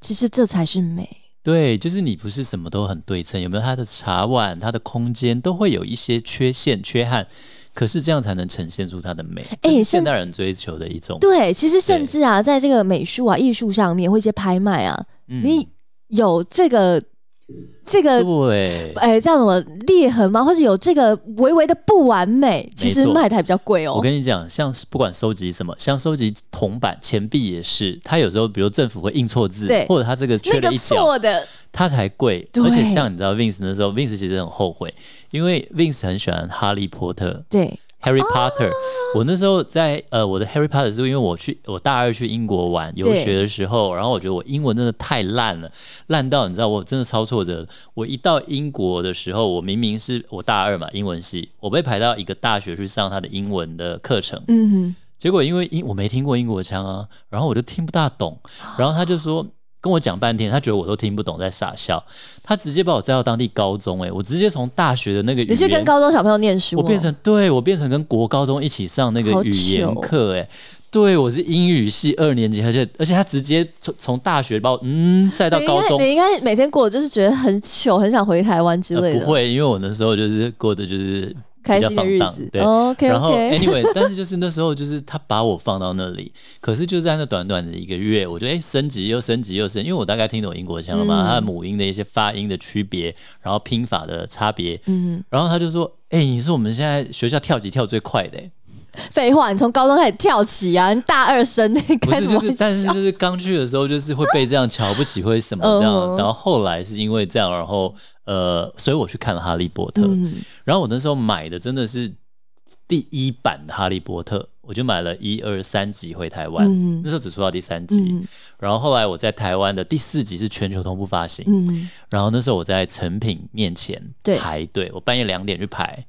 Speaker 1: 其实这才是美。
Speaker 2: 对，就是你不是什么都很对称，有没有？它的茶碗、它的空间都会有一些缺陷、缺憾，可是这样才能呈现出它的美。这
Speaker 1: 哎甚
Speaker 2: 是现
Speaker 1: 至
Speaker 2: 代人追求的一种，
Speaker 1: 对，其实甚至啊，在这个美术啊、艺术上面，或一些拍卖啊，
Speaker 2: 嗯
Speaker 1: 你呃有这个这个。
Speaker 2: 对，
Speaker 1: 哎，叫什么裂痕吗？或者有这个微微的不完美，其实
Speaker 2: 没错
Speaker 1: 卖的还比较贵哦
Speaker 2: 我。跟你讲，像是不管收集什么，像收集铜板、钱币也是，它有时候比如政府会印错字
Speaker 1: 对，
Speaker 2: 或者它这个缺
Speaker 1: 那
Speaker 2: 了
Speaker 1: 个
Speaker 2: 一角，
Speaker 1: 错的，
Speaker 2: 它才贵。
Speaker 1: 对
Speaker 2: 而且像你知道 Vince 那时候，Vince 其实很后悔，因为 Vince 很喜欢哈利波特
Speaker 1: 对
Speaker 2: （Harry Potter）。我那时候在呃，我的 Harry Potter 是因为我去我大二去英国玩游学的时候，然后我觉得我英文真的太烂了，烂到你知道我真的超挫折。我一到英国的时候，我明明是我大二嘛，英文系，我被排到一个大学去上他的英文的课程，
Speaker 1: 嗯哼，
Speaker 2: 结果因为英我没听过英国腔啊，然后我就听不大懂，然后他就说。跟我讲半天，他觉得我都听不懂，在傻笑。他直接把我载到当地高中、欸，哎，我直接从大学的那个语言，
Speaker 1: 你去跟高中小朋友念书、哦，
Speaker 2: 我变成对我变成跟国高中一起上那个
Speaker 1: 好
Speaker 2: 语言
Speaker 1: 糗
Speaker 2: 课、欸，哎。对，我是英语系二年级，而且而且他直接从从大学把我嗯再到
Speaker 1: 你应
Speaker 2: 高
Speaker 1: 该
Speaker 2: 中，
Speaker 1: 你应该每天过得就是觉得很糗，很想回台湾之类
Speaker 2: 呃、
Speaker 1: 的，
Speaker 2: 不会，因为我那时候就是过的就是
Speaker 1: 开
Speaker 2: 比较
Speaker 1: 心的
Speaker 2: 放
Speaker 1: 日
Speaker 2: 荡
Speaker 1: 子。
Speaker 2: 对。
Speaker 1: o k
Speaker 2: 然后
Speaker 1: OK，
Speaker 2: anyway，但是就是那时候就是他把我放到那里，可是就在那短短的一个月，我觉得哎、诶升级又升级又升，因为我大概听懂英国腔了嘛，
Speaker 1: 嗯
Speaker 2: 他的母音的一些发音的区别，然后拼法的差别，
Speaker 1: 嗯，
Speaker 2: 然后他就说，哎、你是我们现在学校跳级跳最快的、诶
Speaker 1: 废话，你从高中开始跳起啊，你大二生，你
Speaker 2: 不
Speaker 1: 开
Speaker 2: 是
Speaker 1: 什么玩
Speaker 2: 就是，但是呃
Speaker 1: 笑？
Speaker 2: 就是刚去的时候，就是会被这样瞧不起，会什么这
Speaker 1: 嗯
Speaker 2: 样。
Speaker 1: 哼
Speaker 2: 然后后来是因为这样，然后呃，所以我去看了《哈利波特》
Speaker 1: 嗯
Speaker 2: 然后我那时候买的真的是第一版的《哈利波特》，我就买了一二三集回台湾，
Speaker 1: 嗯
Speaker 2: 那时候只出到第三集。
Speaker 1: 嗯
Speaker 2: 然后后来我在台湾的第四集是全球同步发行，
Speaker 1: 嗯，
Speaker 2: 然后那时候我在成品面前
Speaker 1: 对
Speaker 2: 排队，我半夜两点去排。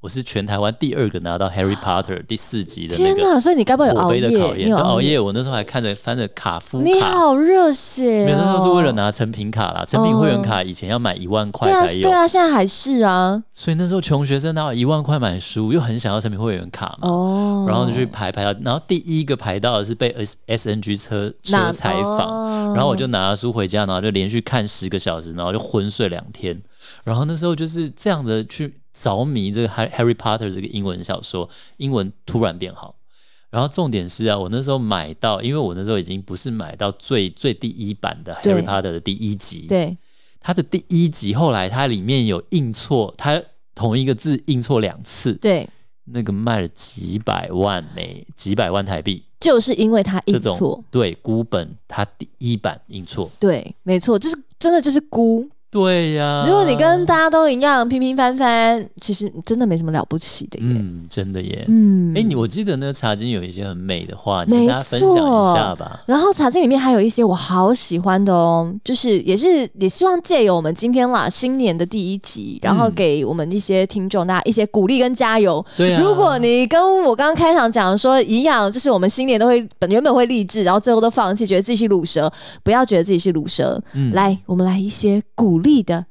Speaker 2: 我是全台湾第二个拿到《Harry Potter》第四集的那
Speaker 1: 天
Speaker 2: 个
Speaker 1: 哪！所以你啊该不会有
Speaker 2: 火
Speaker 1: 熬
Speaker 2: 杯
Speaker 1: 夜？
Speaker 2: 的考
Speaker 1: 你
Speaker 2: 验，
Speaker 1: 有
Speaker 2: 到熬
Speaker 1: 熬
Speaker 2: 夜，我那时候还看着翻着卡夫
Speaker 1: 你
Speaker 2: 卡，
Speaker 1: 好热血、哦！
Speaker 2: 没有那时候是为了拿成品卡啦，成品会员卡以前要买一万块
Speaker 1: 对啊
Speaker 2: 才，有
Speaker 1: 对，啊，现在还是啊，
Speaker 2: 所以那时候穷学生拿一万块买书，又很想要成品会员卡嘛，
Speaker 1: 哦，
Speaker 2: 然后就去排排到，然后第一个排到的是被 S S N G 车
Speaker 1: 拿
Speaker 2: 车采访，
Speaker 1: 哦
Speaker 2: 然后我就拿了书回家，然后就连续看十个小时，然后就昏睡两天，然后那时候就是这样的去着迷这个 Harry Harry Potter 这个英文小说，英文突然变好。然后重点是啊，我那时候买到，因为我那时候已经不是买到最最第一版的
Speaker 1: 对
Speaker 2: Harry Potter 的第一集，
Speaker 1: 对，
Speaker 2: 它的第一集后来它里面有印错，它同一个字印错两次，
Speaker 1: 对，
Speaker 2: 那个卖了几百万呢、几百万台币。
Speaker 1: 就是因为他
Speaker 2: 这
Speaker 1: 印
Speaker 2: 种
Speaker 1: 错，
Speaker 2: 对孤本它第一版印错，
Speaker 1: 对，没错，就是真的就是估。
Speaker 2: 对呀、
Speaker 1: 如果你
Speaker 2: 啊
Speaker 1: 跟大家都一样平平凡凡，其实真的没什么了不起的耶。
Speaker 2: 嗯，真的耶。
Speaker 1: 嗯，
Speaker 2: 哎、你我记得那个茶经有一些很美的话，你
Speaker 1: 没
Speaker 2: 跟大家分享一下吧。
Speaker 1: 然后茶经里面还有一些我好喜欢的哦，就是也是也希望借由我们今天啦新年的第一集，然后
Speaker 2: 嗯
Speaker 1: 给我们一些听众大家一些鼓励跟加油。
Speaker 2: 对啊，
Speaker 1: 如果你跟我刚刚开场讲说一样，就是我们新年都会本原本会励志，然后最后都放弃，觉得自己是卤蛇，不要觉得自己是卤蛇。
Speaker 2: 嗯
Speaker 1: 来，我们来一些鼓励的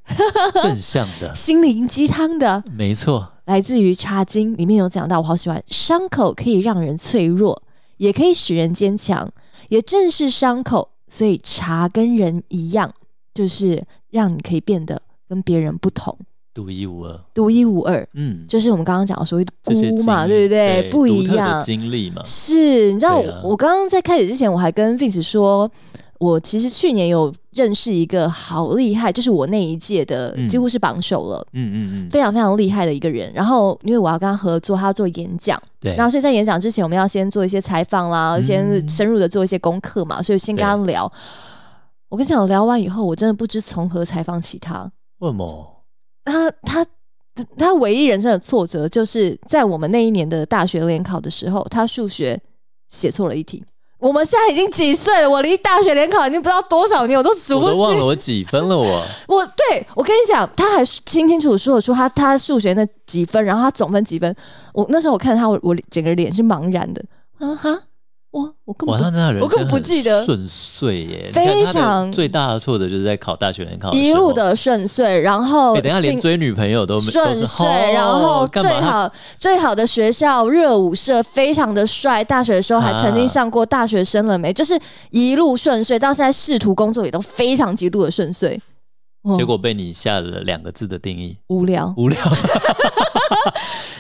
Speaker 2: 正向的，
Speaker 1: 心灵鸡汤的，
Speaker 2: 没错，
Speaker 1: 来自于《茶经》，里面有讲到，我好喜欢，伤口可以让人脆弱，也可以使人坚强。也正是伤口，所以茶跟人一样，就是让你可以变得跟别人不同，
Speaker 2: 独一无二。
Speaker 1: 独一无二。
Speaker 2: 嗯，
Speaker 1: 就是我们刚刚讲的所谓的
Speaker 2: 这些
Speaker 1: 孤嘛，
Speaker 2: 经
Speaker 1: 对
Speaker 2: 历
Speaker 1: 不
Speaker 2: 对
Speaker 1: 对？不一
Speaker 2: 独特的
Speaker 1: 样，
Speaker 2: 经历嘛。
Speaker 1: 是，你知道我、
Speaker 2: 对啊
Speaker 1: 我刚刚在开始之前，我还跟 Vince 说，我其实去年有认识一个好厉害，就是我那一届的
Speaker 2: 嗯
Speaker 1: 几乎是榜首了，
Speaker 2: 嗯嗯嗯，
Speaker 1: 非常非常厉害的一个人。然后因为我要跟他合作，他要做演讲，
Speaker 2: 对，
Speaker 1: 然后所以在演讲之前，我们要先做一些采访啦，
Speaker 2: 嗯
Speaker 1: 先深入的做一些功课嘛，所以先跟他聊。我跟你讲，聊完以后，我真的不知从何采访起他。
Speaker 2: 为什么？
Speaker 1: 他他他唯一人生的挫折，就是在我们那一年的大学联考的时候，他数学写错了一题。我们现在已经几岁了？我离大学联考已经不知道多少年，我都数
Speaker 2: 我
Speaker 1: 不
Speaker 2: 都忘了
Speaker 1: 清。
Speaker 2: 我几分 了我。
Speaker 1: 我对我跟你讲，他还清清楚楚说出他他数学那几分，然后他总分几分。我那时候我看他，我我整个脸是茫然的。啊哈，我我根
Speaker 2: 哇，
Speaker 1: 本
Speaker 2: 他
Speaker 1: 不
Speaker 2: 那人
Speaker 1: 我根本不记得
Speaker 2: 生很顺遂耶。你
Speaker 1: 非
Speaker 2: 看他的
Speaker 1: 常
Speaker 2: 最大的挫折就是在考大学联考时候
Speaker 1: 一路。的顺遂，然后
Speaker 2: 哎，等一下连
Speaker 1: 进
Speaker 2: 追女朋友都没
Speaker 1: 顺
Speaker 2: 都是
Speaker 1: 遂，
Speaker 2: 哦
Speaker 1: 然后
Speaker 2: 干
Speaker 1: 最
Speaker 2: 嘛他
Speaker 1: 好最好的学校热舞社非常的帅，大学的时候还曾
Speaker 2: 啊
Speaker 1: 经上过大学生了没，就是一路顺遂，到现在仕途工作也都非常极度的顺遂。哦
Speaker 2: 结果被你下了两个字的定义，
Speaker 1: 无聊，
Speaker 2: 无聊。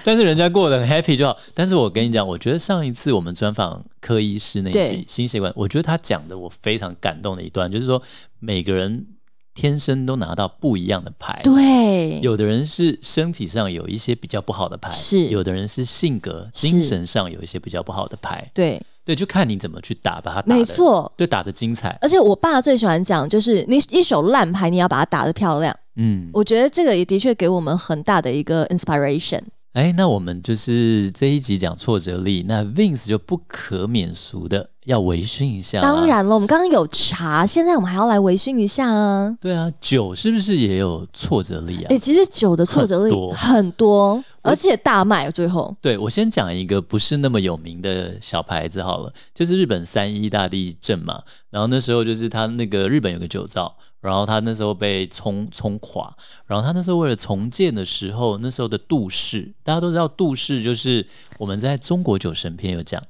Speaker 2: 但是人家过得很 happy 就好。但是我跟你讲，我觉得上一次我们专访柯医师那一集
Speaker 1: 对
Speaker 2: 心血管，我觉得他讲的我非常感动的一段，就是说每个人天生都拿到不一样的牌，
Speaker 1: 对，
Speaker 2: 有的人是身体上有一些比较不好的牌，
Speaker 1: 是
Speaker 2: 有的人是性格、
Speaker 1: 是
Speaker 2: 精神上有一些比较不好的牌，
Speaker 1: 对，
Speaker 2: 对，就看你怎么去打，把它打的
Speaker 1: 没，错。
Speaker 2: 对，打的精彩，
Speaker 1: 而且我爸最喜欢讲，就是你一手烂牌，你要把它打得漂亮。
Speaker 2: 嗯，
Speaker 1: 我觉得这个也的确给我们很大的一个 inspiration。
Speaker 2: 哎，那我们就是这一集讲挫折力，那 Vince 就不可免俗的要微醺一下、
Speaker 1: 当，然了，我们刚刚有茶，现在我们还要来微醺一下啊。
Speaker 2: 对啊，酒是不是也有挫折力啊？
Speaker 1: 哎、其实酒的挫折力
Speaker 2: 很多
Speaker 1: 很多，而且大卖最后。
Speaker 2: 对我先讲一个不是那么有名的小牌子好了，就是日本三一大地震嘛，然后那时候就是他那个日本有个酒造，然后他那时候被冲冲垮，然后他那时候为了重建的时候，那时候的杜氏，大家都知道杜氏就是我们在中国酒神篇 有讲。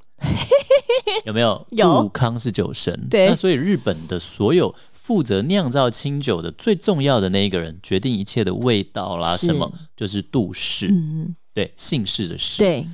Speaker 2: 有没有？
Speaker 1: 有
Speaker 2: 杜康是酒神，
Speaker 1: 对
Speaker 2: 那所以日本的所有负责酿造清酒的最重要的那一个人，决定一切的味道啦，
Speaker 1: 是
Speaker 2: 什么就是杜氏，
Speaker 1: 嗯，
Speaker 2: 对姓氏的氏，
Speaker 1: 对，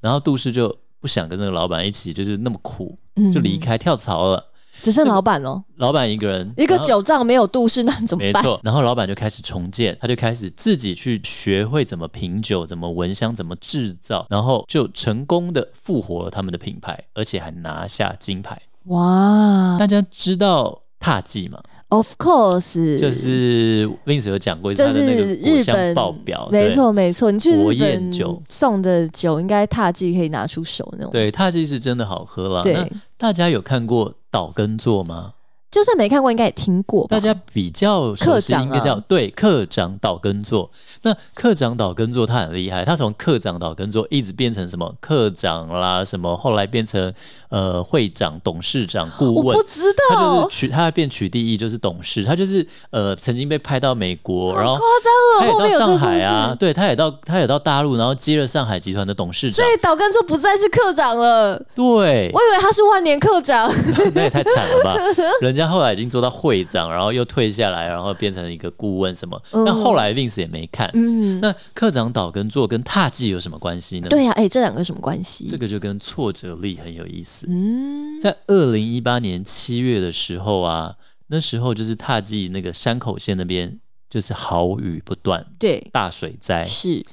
Speaker 2: 然后杜氏就不想跟那个老板一起，就是那么苦，
Speaker 1: 嗯
Speaker 2: 就离，开跳槽了。
Speaker 1: 只剩老板哦，
Speaker 2: 老板一个人，
Speaker 1: 一个
Speaker 2: 然后，
Speaker 1: 酒账没有度数，那怎么
Speaker 2: 没
Speaker 1: 办？
Speaker 2: 错。然后老板就开始重建，他就开始自己去学会怎么品酒、怎么闻香、怎么制造，然后就成功的复活了他们的品牌，而且还拿下金牌。
Speaker 1: 哇
Speaker 2: 大家知道踏迹吗？
Speaker 1: ，Of course，
Speaker 2: 就是 Vince 有讲过，
Speaker 1: 就
Speaker 2: 他的那
Speaker 1: 是
Speaker 2: 个
Speaker 1: 日
Speaker 2: 果香
Speaker 1: 本
Speaker 2: 爆表，
Speaker 1: 没
Speaker 2: 对
Speaker 1: 错没错，你去
Speaker 2: 国
Speaker 1: 日
Speaker 2: 宴
Speaker 1: 本
Speaker 2: 酒
Speaker 1: 送的酒应该踏迹可以拿出手那种。
Speaker 2: 对，踏迹是真的好喝啦。
Speaker 1: 对
Speaker 2: 那大家有看过岛根座吗？
Speaker 1: 就算没看过，应该也听过吧
Speaker 2: 大？家比较熟悉
Speaker 1: 课哦长啊
Speaker 2: 应该叫对课长岛根座。那课长岛根座他很厉害，他从课长岛根座一直变成什么课长啦，什么后来变成呃会长、董事长、顾
Speaker 1: 我
Speaker 2: 问
Speaker 1: 不。知
Speaker 2: 他
Speaker 1: 道，
Speaker 2: 就是
Speaker 1: 好
Speaker 2: 取，他变取缔役，就是董事。他就是呃，曾经被派到美国，然
Speaker 1: 夸
Speaker 2: 后
Speaker 1: 张
Speaker 2: 他
Speaker 1: 哦！后面
Speaker 2: 也
Speaker 1: 有
Speaker 2: 到
Speaker 1: 这个
Speaker 2: 上
Speaker 1: 故
Speaker 2: 海啊，
Speaker 1: 事，
Speaker 2: 对，他也到他也到大陆，然后接了上海集团的董事
Speaker 1: 所。
Speaker 2: 长
Speaker 1: 以岛根就不再是课长了。
Speaker 2: 对，
Speaker 1: 我以为他是万年课长，
Speaker 2: 那也太惨了吧！人家后来已经做到会长，然后又退下来，然后变成一个顾问什么。
Speaker 1: 嗯
Speaker 2: 那后来 Vince 也没看。
Speaker 1: 嗯，
Speaker 2: 那课长岛跟做跟踏迹有什么关系呢？，
Speaker 1: 对呀、啊，哎、这两个什么关系？
Speaker 2: 这个就跟挫折力很有意思。
Speaker 1: 嗯，
Speaker 2: 在二零一八年七月的时候啊，那时候就是踏迹那个山口县那边就是豪雨不断，
Speaker 1: 对，
Speaker 2: 大水灾。
Speaker 1: 是，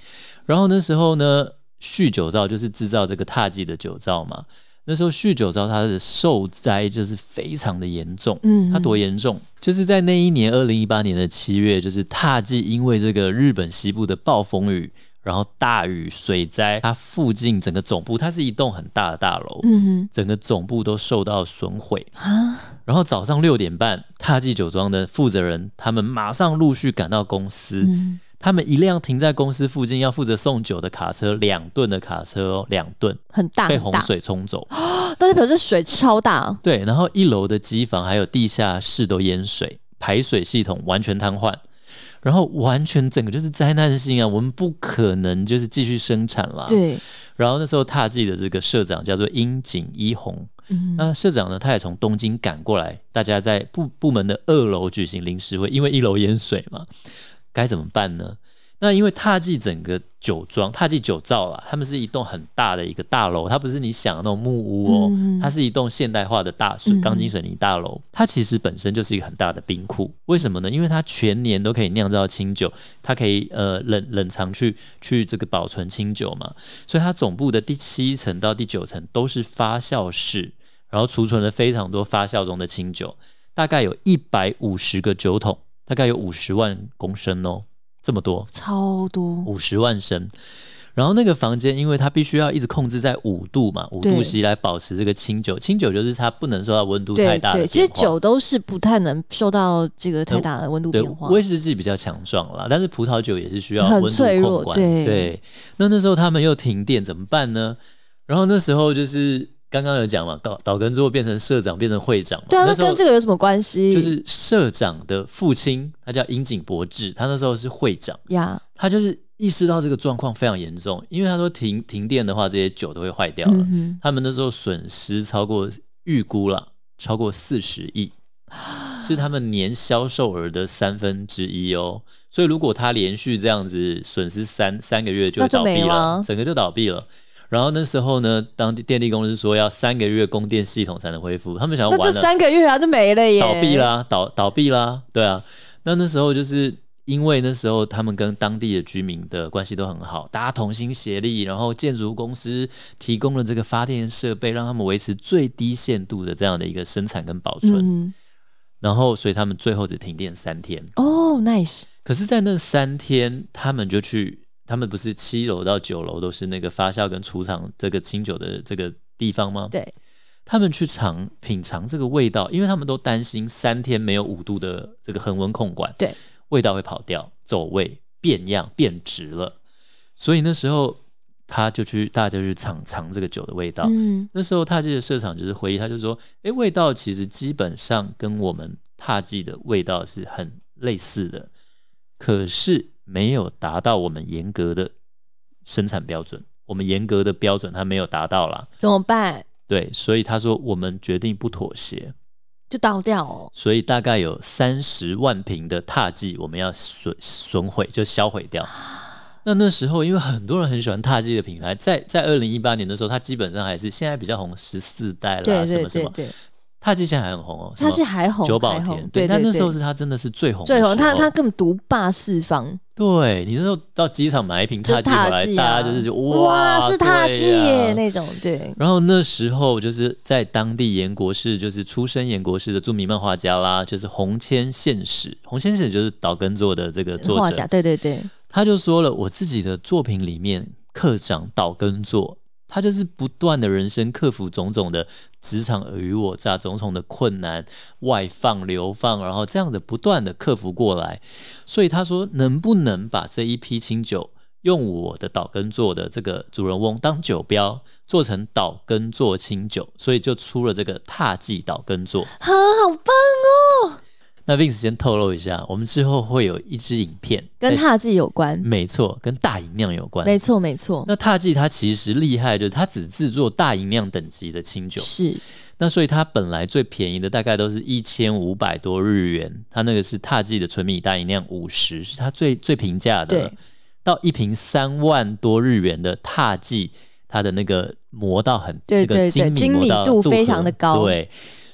Speaker 2: 然后那时候呢，酗酒造就是制造这个踏迹的酒造嘛。那时候酗酒造它的受灾就是非常的严重，
Speaker 1: 嗯
Speaker 2: 它多严重？就是在那一年二零一八年的七月，就是踏迹因为这个日本西部的暴风雨，然后大雨水灾，它附近整个总部，它是一栋很大的大楼，
Speaker 1: 嗯
Speaker 2: 整个总部都受到损毁。
Speaker 1: 哼啊，
Speaker 2: 然后早上六点半，踏迹酒庄的负责人他们马上陆续赶到公司，
Speaker 1: 嗯，
Speaker 2: 他们一辆停在公司附近要负责送酒的卡车，两吨的卡车哦，两吨
Speaker 1: 很大
Speaker 2: 被
Speaker 1: 很
Speaker 2: 洪
Speaker 1: 大，
Speaker 2: 水啊冲走。
Speaker 1: 但是表示水超大，
Speaker 2: 对，然后一楼的机房还有地下室都淹水，排水系统完全瘫痪，然后完全整个就是灾难性啊！我们不可能就是继续生产啦。。
Speaker 1: 对，
Speaker 2: 然后那时候踏迹的这个社长叫做樱井一红，
Speaker 1: 嗯
Speaker 2: 那社长呢，他也从东京赶过来，大家在部部门的二楼举行临时会，因为一楼淹水嘛，该怎么办呢？那因为踏迹整个酒庄，踏迹酒造啦，他们是一栋很大的一个大楼，它不是你想的那种木屋哦，
Speaker 1: 嗯
Speaker 2: 它是一栋现代化的大水
Speaker 1: 嗯
Speaker 2: 钢筋水泥大楼，它其实本身就是一个很大的冰库。为什么呢？因为它全年都可以酿造清酒，它可以呃冷冷藏去去这个保存清酒嘛，所以它总部的第七层到第九层都是发酵室，然后储存了非常多发酵中的清酒，大概有一百五十个酒桶，大概有五十万公升哦，这么多。
Speaker 1: 超多，
Speaker 2: 五十万升。然后那个房间，因为它必须要一直控制在五度嘛，五度
Speaker 1: 对
Speaker 2: C 来保持这个清酒。清酒就是它不能受到温度太
Speaker 1: 对
Speaker 2: 大的
Speaker 1: 对，其实
Speaker 2: 变化
Speaker 1: 酒都是不太能受到这个太大的温度
Speaker 2: 对
Speaker 1: 变化，
Speaker 2: 威士忌比较强壮啦，但是葡萄酒也是需要
Speaker 1: 很
Speaker 2: 温度
Speaker 1: 脆弱
Speaker 2: 控管。
Speaker 1: 对
Speaker 2: 那那时候他们又停电，怎么办呢？然后那时候就是刚刚有讲嘛，岛岛根之后变成社长，变成会长嘛。
Speaker 1: 对啊，
Speaker 2: 那
Speaker 1: 那
Speaker 2: 时候
Speaker 1: 跟这个有什么关系？
Speaker 2: 就是社长的父亲，他叫樱井博志，他那时候是会长。
Speaker 1: 呀，
Speaker 2: 他就是意识到这个状况非常严重，因为他说停停电的话，这些酒都会坏掉了。
Speaker 1: 嗯哼，
Speaker 2: 他们那时候损失超过预估了，超过四十 亿，是他们年销售额的三分之一哦。所以如果他连续这样子损失三三个月，就会
Speaker 1: 那就
Speaker 2: 倒闭
Speaker 1: 没
Speaker 2: 了
Speaker 1: 了，
Speaker 2: 整个就倒闭了。然后那时候呢，当地电力公司说要三个月供电系统才能恢复，他们想要
Speaker 1: 那
Speaker 2: 完
Speaker 1: 这
Speaker 2: 了
Speaker 1: 三个月啊就没了耶，
Speaker 2: 倒闭，啦，倒倒闭啦，对啊。那那时候就是因为那时候他们跟当地的居民的关系都很好，大家同心协力，然后建筑公司提供了这个发电设备，让他们维持最低限度的这样的一个生产跟保存。
Speaker 1: 嗯，
Speaker 2: 然后，所以他们最后只停电三天。
Speaker 1: 哦，nice，
Speaker 2: 可是，在那三天，他们就去他们不是七楼到九楼都是那个发酵跟储藏这个清酒的这个地方吗？
Speaker 1: 对，
Speaker 2: 他们去尝品尝这个味道，因为他们都担心三天没有五度的这个恒温控管，
Speaker 1: 对，
Speaker 2: 味道会跑掉、走味、变样、变质了。所以那时候他就去，大家就去尝尝这个酒的味道。
Speaker 1: 嗯，
Speaker 2: 那时候踏记的社长就是回忆，他就说：“诶，味道其实基本上跟我们踏记的味道是很类似的，可是没有达到我们严格的生产标准，我们严格的标准它没有达到啦。
Speaker 1: 怎么办？
Speaker 2: 对，所以他说我们决定不妥协，
Speaker 1: 就倒掉哦。
Speaker 2: 所以大概有三十万瓶的踏记我们要损损毁，就销毁 掉。”那那时候，因为很多人很喜欢踏记的品牌，在在二零一八年的时候，它基本上还是现在比较红十四代啦，
Speaker 1: 对
Speaker 2: 什
Speaker 1: 对
Speaker 2: 么什
Speaker 1: 对
Speaker 2: 么，
Speaker 1: 对，
Speaker 2: 踏迹现在还很红哦，
Speaker 1: 他
Speaker 2: 什
Speaker 1: 是
Speaker 2: 么
Speaker 1: 海红，
Speaker 2: 久保
Speaker 1: 海
Speaker 2: 田
Speaker 1: 红，对
Speaker 2: 但
Speaker 1: 对
Speaker 2: 那时候
Speaker 1: 对
Speaker 2: 是他真的是最红的
Speaker 1: 最
Speaker 2: 时候，
Speaker 1: 红，他他根本独霸四方，
Speaker 2: 对你那时候到机场买一瓶
Speaker 1: 就
Speaker 2: 踏
Speaker 1: 是
Speaker 2: 迹回
Speaker 1: 踏
Speaker 2: 来，
Speaker 1: 迹
Speaker 2: 大
Speaker 1: 啊，
Speaker 2: 家就是觉得
Speaker 1: 哇，是踏迹
Speaker 2: 对
Speaker 1: 耶
Speaker 2: 啊
Speaker 1: 那种，对，
Speaker 2: 然后那时候就是在当地延国市，就是出身延国市的著名漫画家啦，就是红千宪史，红千宪史就是岛根作的这个作
Speaker 1: 呃画
Speaker 2: 者
Speaker 1: 家，，对对对，
Speaker 2: 他就说了，我自己的作品里面，课长岛根作，他就是不断的人生克服种种的职场尔虞我诈、种种的困难、外放、流放，然后这样的不断的克服过来。所以他说，能不能把这一批清酒用我的岛根做的这个主人翁当酒标，做成岛根做清酒？所以就出了这个踏迹岛根做。
Speaker 1: 很好棒哦，
Speaker 2: 那 Vince 先透露一下，我们之后会有一支影片
Speaker 1: 跟
Speaker 2: 在
Speaker 1: 踏迹有关，
Speaker 2: 没错，跟大吟酿有关。
Speaker 1: 没错没错，
Speaker 2: 嗯那踏迹它其实厉害，就是它只制作大吟酿等级的清酒，
Speaker 1: 是
Speaker 2: 那所以它本来最便宜的大概都是一千五百多日元，它那个是踏迹的纯米大吟酿五十，是它最最平价的了
Speaker 1: 对。
Speaker 2: 到一瓶三万多日元的踏迹，它的那个磨到很
Speaker 1: 对
Speaker 2: 那个
Speaker 1: 对对
Speaker 2: 精磨到
Speaker 1: 精密度
Speaker 2: 壳
Speaker 1: 非常的高
Speaker 2: 对。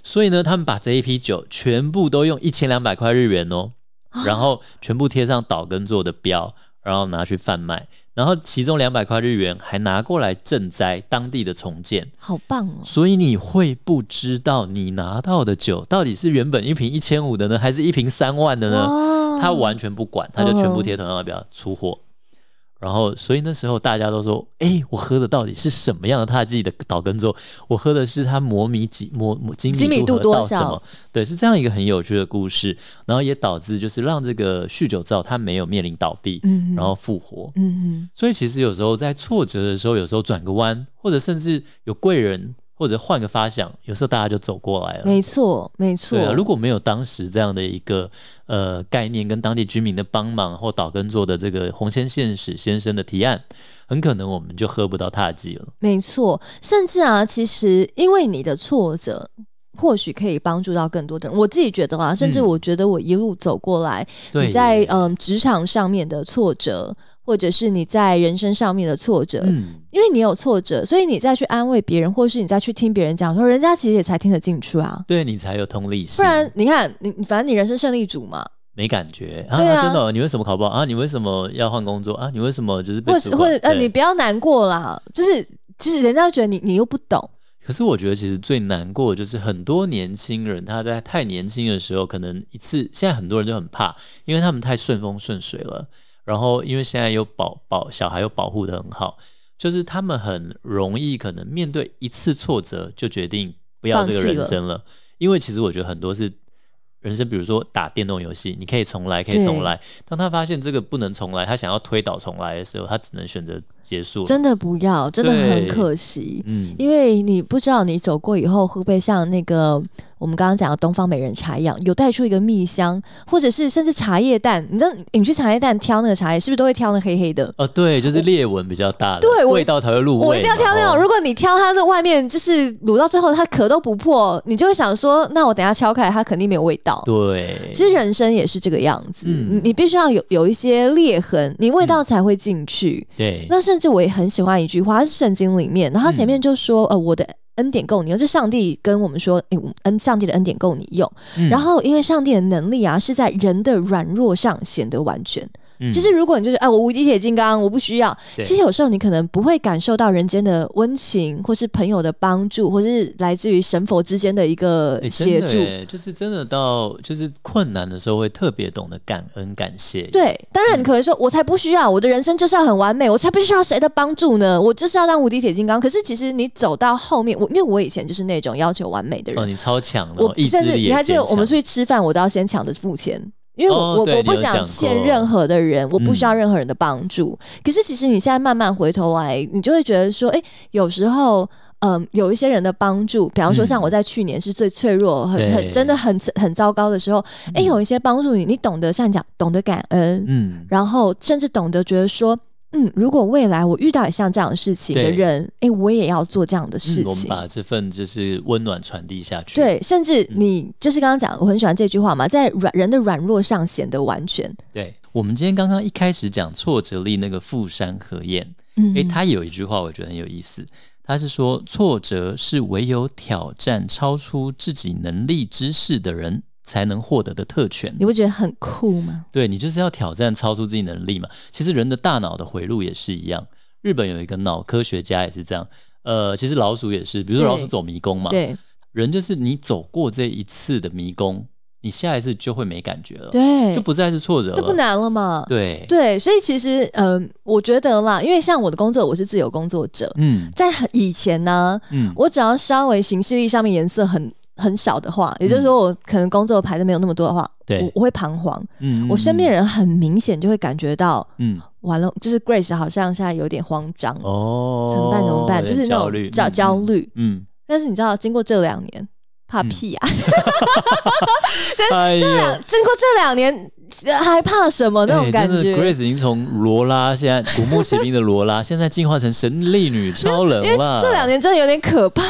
Speaker 2: 所以呢，他们把这一批酒全部都用一千两百块日元哦，
Speaker 1: 啊
Speaker 2: 然后全部贴上岛根做的标，然后拿去贩卖，然后其中两百块日元还拿过来赈灾当地的重建。
Speaker 1: 好棒哦，
Speaker 2: 所以你会不知道你拿到的酒到底是原本一瓶一千五的呢，还是一瓶三万的呢？
Speaker 1: 哇嗯
Speaker 2: 他完全不管，他就全部贴同样的表出货。然后，所以那时候大家都说：“哎、我喝的到底是什么样的踏迹的岛根粥？我喝的是它磨米几磨磨精
Speaker 1: 精
Speaker 2: 米
Speaker 1: 米
Speaker 2: 度
Speaker 1: 度
Speaker 2: 和到
Speaker 1: 多
Speaker 2: 什
Speaker 1: 少
Speaker 2: 么？对，是这样一个很有趣的故事。然后也导致就是让这个酗酒造它没有面临倒闭，
Speaker 1: 嗯
Speaker 2: 然后复活。
Speaker 1: 嗯
Speaker 2: 所以其实有时候在挫折的时候，有时候转个弯，或者甚至有贵人，或者换个发想，有时候大家就走过来
Speaker 1: 哼，
Speaker 2: 了。
Speaker 1: 嗯没错没错
Speaker 2: 对，啊，如果没有当时这样的一个呃概念，跟当地居民的帮忙或岛根做的这个红仙县史先生的提案，很可能我们就喝不到踏迹了。
Speaker 1: 没错，甚至啊，其实因为你的挫折。或许可以帮助到更多的人，我自己觉得啦，甚至
Speaker 2: 嗯
Speaker 1: 我觉得我一路走过来，
Speaker 2: 对，
Speaker 1: 你在嗯职场上面的挫折，或者是你在人生上面的挫折，
Speaker 2: 嗯，
Speaker 1: 因为你有挫折，所以你再去安慰别人，或是你再去听别人讲说，人家其实也才听得进去啊。
Speaker 2: 对你才有同理心，
Speaker 1: 不然你看，你你反正你人生胜利组嘛，
Speaker 2: 没感觉
Speaker 1: 对啊
Speaker 2: 真的哦、你为什么考不好啊？你为什么要换工作啊？你为什么就是被
Speaker 1: 或
Speaker 2: 主
Speaker 1: 者
Speaker 2: 管
Speaker 1: 或者呃，
Speaker 2: 对
Speaker 1: 你不要难过啦，就是其实人家觉得你你又不懂，
Speaker 2: 可是我觉得其实最难过的就是很多年轻人他在太年轻的时候，可能一次现在很多人就很怕，因为他们太顺风顺水了，然后因为现在有保保小孩又保护的很好，就是他们很容易可能面对一次挫折就决定不要这个
Speaker 1: 放弃
Speaker 2: 人
Speaker 1: 了
Speaker 2: 生了，因为其实我觉得很多是。人生，比如说打电动游戏，你可以重来，可以重来。当他发现这个不能重来，他想要推倒重来的时候，他只能选择结束了。
Speaker 1: 真的不要，真的很
Speaker 2: 对
Speaker 1: 可惜。
Speaker 2: 嗯，
Speaker 1: 因为你不知道你走过以后会不会像那个我们刚刚讲的东方美人茶一样，有带出一个蜜香，或者是甚至茶叶蛋。你知道你去茶叶蛋挑那个茶叶，是不是都会挑那黑黑的？
Speaker 2: 哦，对，就是裂纹比较大的，
Speaker 1: 对我
Speaker 2: 味道才会入味嘛。
Speaker 1: 我一定要挑那种，
Speaker 2: 哦
Speaker 1: 如果你挑它的外面就是卤到最后它壳都不破，你就会想说，那我等一下敲开来它肯定没有味道。
Speaker 2: 对，
Speaker 1: 其实人生也是这个样子，
Speaker 2: 嗯
Speaker 1: 你你必须要有有一些裂痕，你味道才会进去。
Speaker 2: 对，
Speaker 1: 那甚至我也很喜欢一句话，它是圣经里面，然后它前面就说，
Speaker 2: 嗯
Speaker 1: 呃，我的。恩典够你用，这上帝跟我们说，哎、我恩，上帝的恩典够你用。
Speaker 2: 嗯
Speaker 1: 然后，因为上帝的能力啊，是在人的软弱上显得完全，
Speaker 2: 嗯
Speaker 1: 其实如果你就是哎，我无敌铁金刚，我不需要。
Speaker 2: 对
Speaker 1: 其实有时候你可能不会感受到人间的温情，或是朋友的帮助，或是来自于神佛之间的一个
Speaker 2: 诶哎真
Speaker 1: 协
Speaker 2: 的
Speaker 1: 助。
Speaker 2: 诶就是真的到就是困难的时候会特别懂得感恩感谢。
Speaker 1: 对，当
Speaker 2: 嗯
Speaker 1: 然你可能说，我才不需要，我的人生就是要很完美，我才不需要谁的帮助呢，我就是要当无敌铁金刚。可是其实你走到后面，我因为我以前就是那种要求完美的人，
Speaker 2: 哦，你超强的、
Speaker 1: 我
Speaker 2: 哦，意志
Speaker 1: 甚至
Speaker 2: 力也
Speaker 1: 你还记得
Speaker 2: 坚
Speaker 1: 我们
Speaker 2: 强
Speaker 1: 出去吃饭，我都要先抢着付钱，因为我、
Speaker 2: 哦
Speaker 1: 我
Speaker 2: 对
Speaker 1: 我
Speaker 2: 你有
Speaker 1: 不想
Speaker 2: 讲
Speaker 1: 欠
Speaker 2: 过
Speaker 1: 任何的人，我不需要
Speaker 2: 嗯
Speaker 1: 任何人的帮助。可是其实你现在慢慢回头来，你就会觉得说，哎、有时候。嗯，有一些人的帮助，比方说
Speaker 2: 嗯
Speaker 1: 像我在去年是最脆弱、很很
Speaker 2: 对
Speaker 1: 真的很很糟糕的时候，哎、有一些帮助你，你懂得像你讲懂得感恩，
Speaker 2: 嗯，
Speaker 1: 然后甚至懂得觉得说，嗯，如果未来我遇到像这样的事情的
Speaker 2: 对
Speaker 1: 人，哎、我也要做这样的事
Speaker 2: 嗯我们
Speaker 1: 情。
Speaker 2: 把这份就是温暖传递下去。，嗯
Speaker 1: 对，甚至你就是刚刚讲，我很喜欢这句话嘛，在软人的软弱上显得完全。
Speaker 2: 对我们今天刚刚一开始讲挫折力那个富山和彦，
Speaker 1: 嗯
Speaker 2: 诶、他有一句话我觉得很有意思，他是说挫折是唯有挑战超出自己能力之事的人才能获得的特权
Speaker 1: 你。不觉得很酷吗？
Speaker 2: 对你就是要挑战超出自己能力嘛。其实人的大脑的回路也是一样，日本有一个脑科学家也是这样。呃，其实老鼠也是，比如说
Speaker 1: 对
Speaker 2: 老鼠走迷宫嘛，
Speaker 1: 对
Speaker 2: 人就是你走过这一次的迷宫，你下一次就会没感觉了，
Speaker 1: 对
Speaker 2: 就，不再是挫折了，
Speaker 1: 这不难了嘛？
Speaker 2: 对，
Speaker 1: 对，所以其实嗯、我觉得啦，因为像我的工作，我是自由工作者，
Speaker 2: 嗯
Speaker 1: 在很以前呢，
Speaker 2: 嗯，
Speaker 1: 我只要稍微行事力上面颜色很很少的话，也就是说我可能工作排的没有那么多的话，
Speaker 2: 嗯对
Speaker 1: 我我会彷徨，
Speaker 2: 嗯
Speaker 1: 我身边，人很明显就会感觉到
Speaker 2: 嗯嗯
Speaker 1: 完了，就是 Grace 好像现在有点慌张，
Speaker 2: 哦，
Speaker 1: 怎么办？怎么办？
Speaker 2: 有
Speaker 1: 就
Speaker 2: 点
Speaker 1: 是那
Speaker 2: 焦虑，
Speaker 1: 种焦焦
Speaker 2: 嗯，
Speaker 1: 虑，
Speaker 2: 嗯，
Speaker 1: 但是你知道，经过这两年，怕屁呀、
Speaker 2: 哎呦。
Speaker 1: 经过这两年，呃还怕什么那种
Speaker 2: 哎
Speaker 1: 感
Speaker 2: 真
Speaker 1: 觉？
Speaker 2: 的，Grace 已经从罗拉，现在古墓奇兵的罗拉， 现在进化成神力 女超人
Speaker 1: 因为
Speaker 2: 了。
Speaker 1: 这两年真的有点可怕，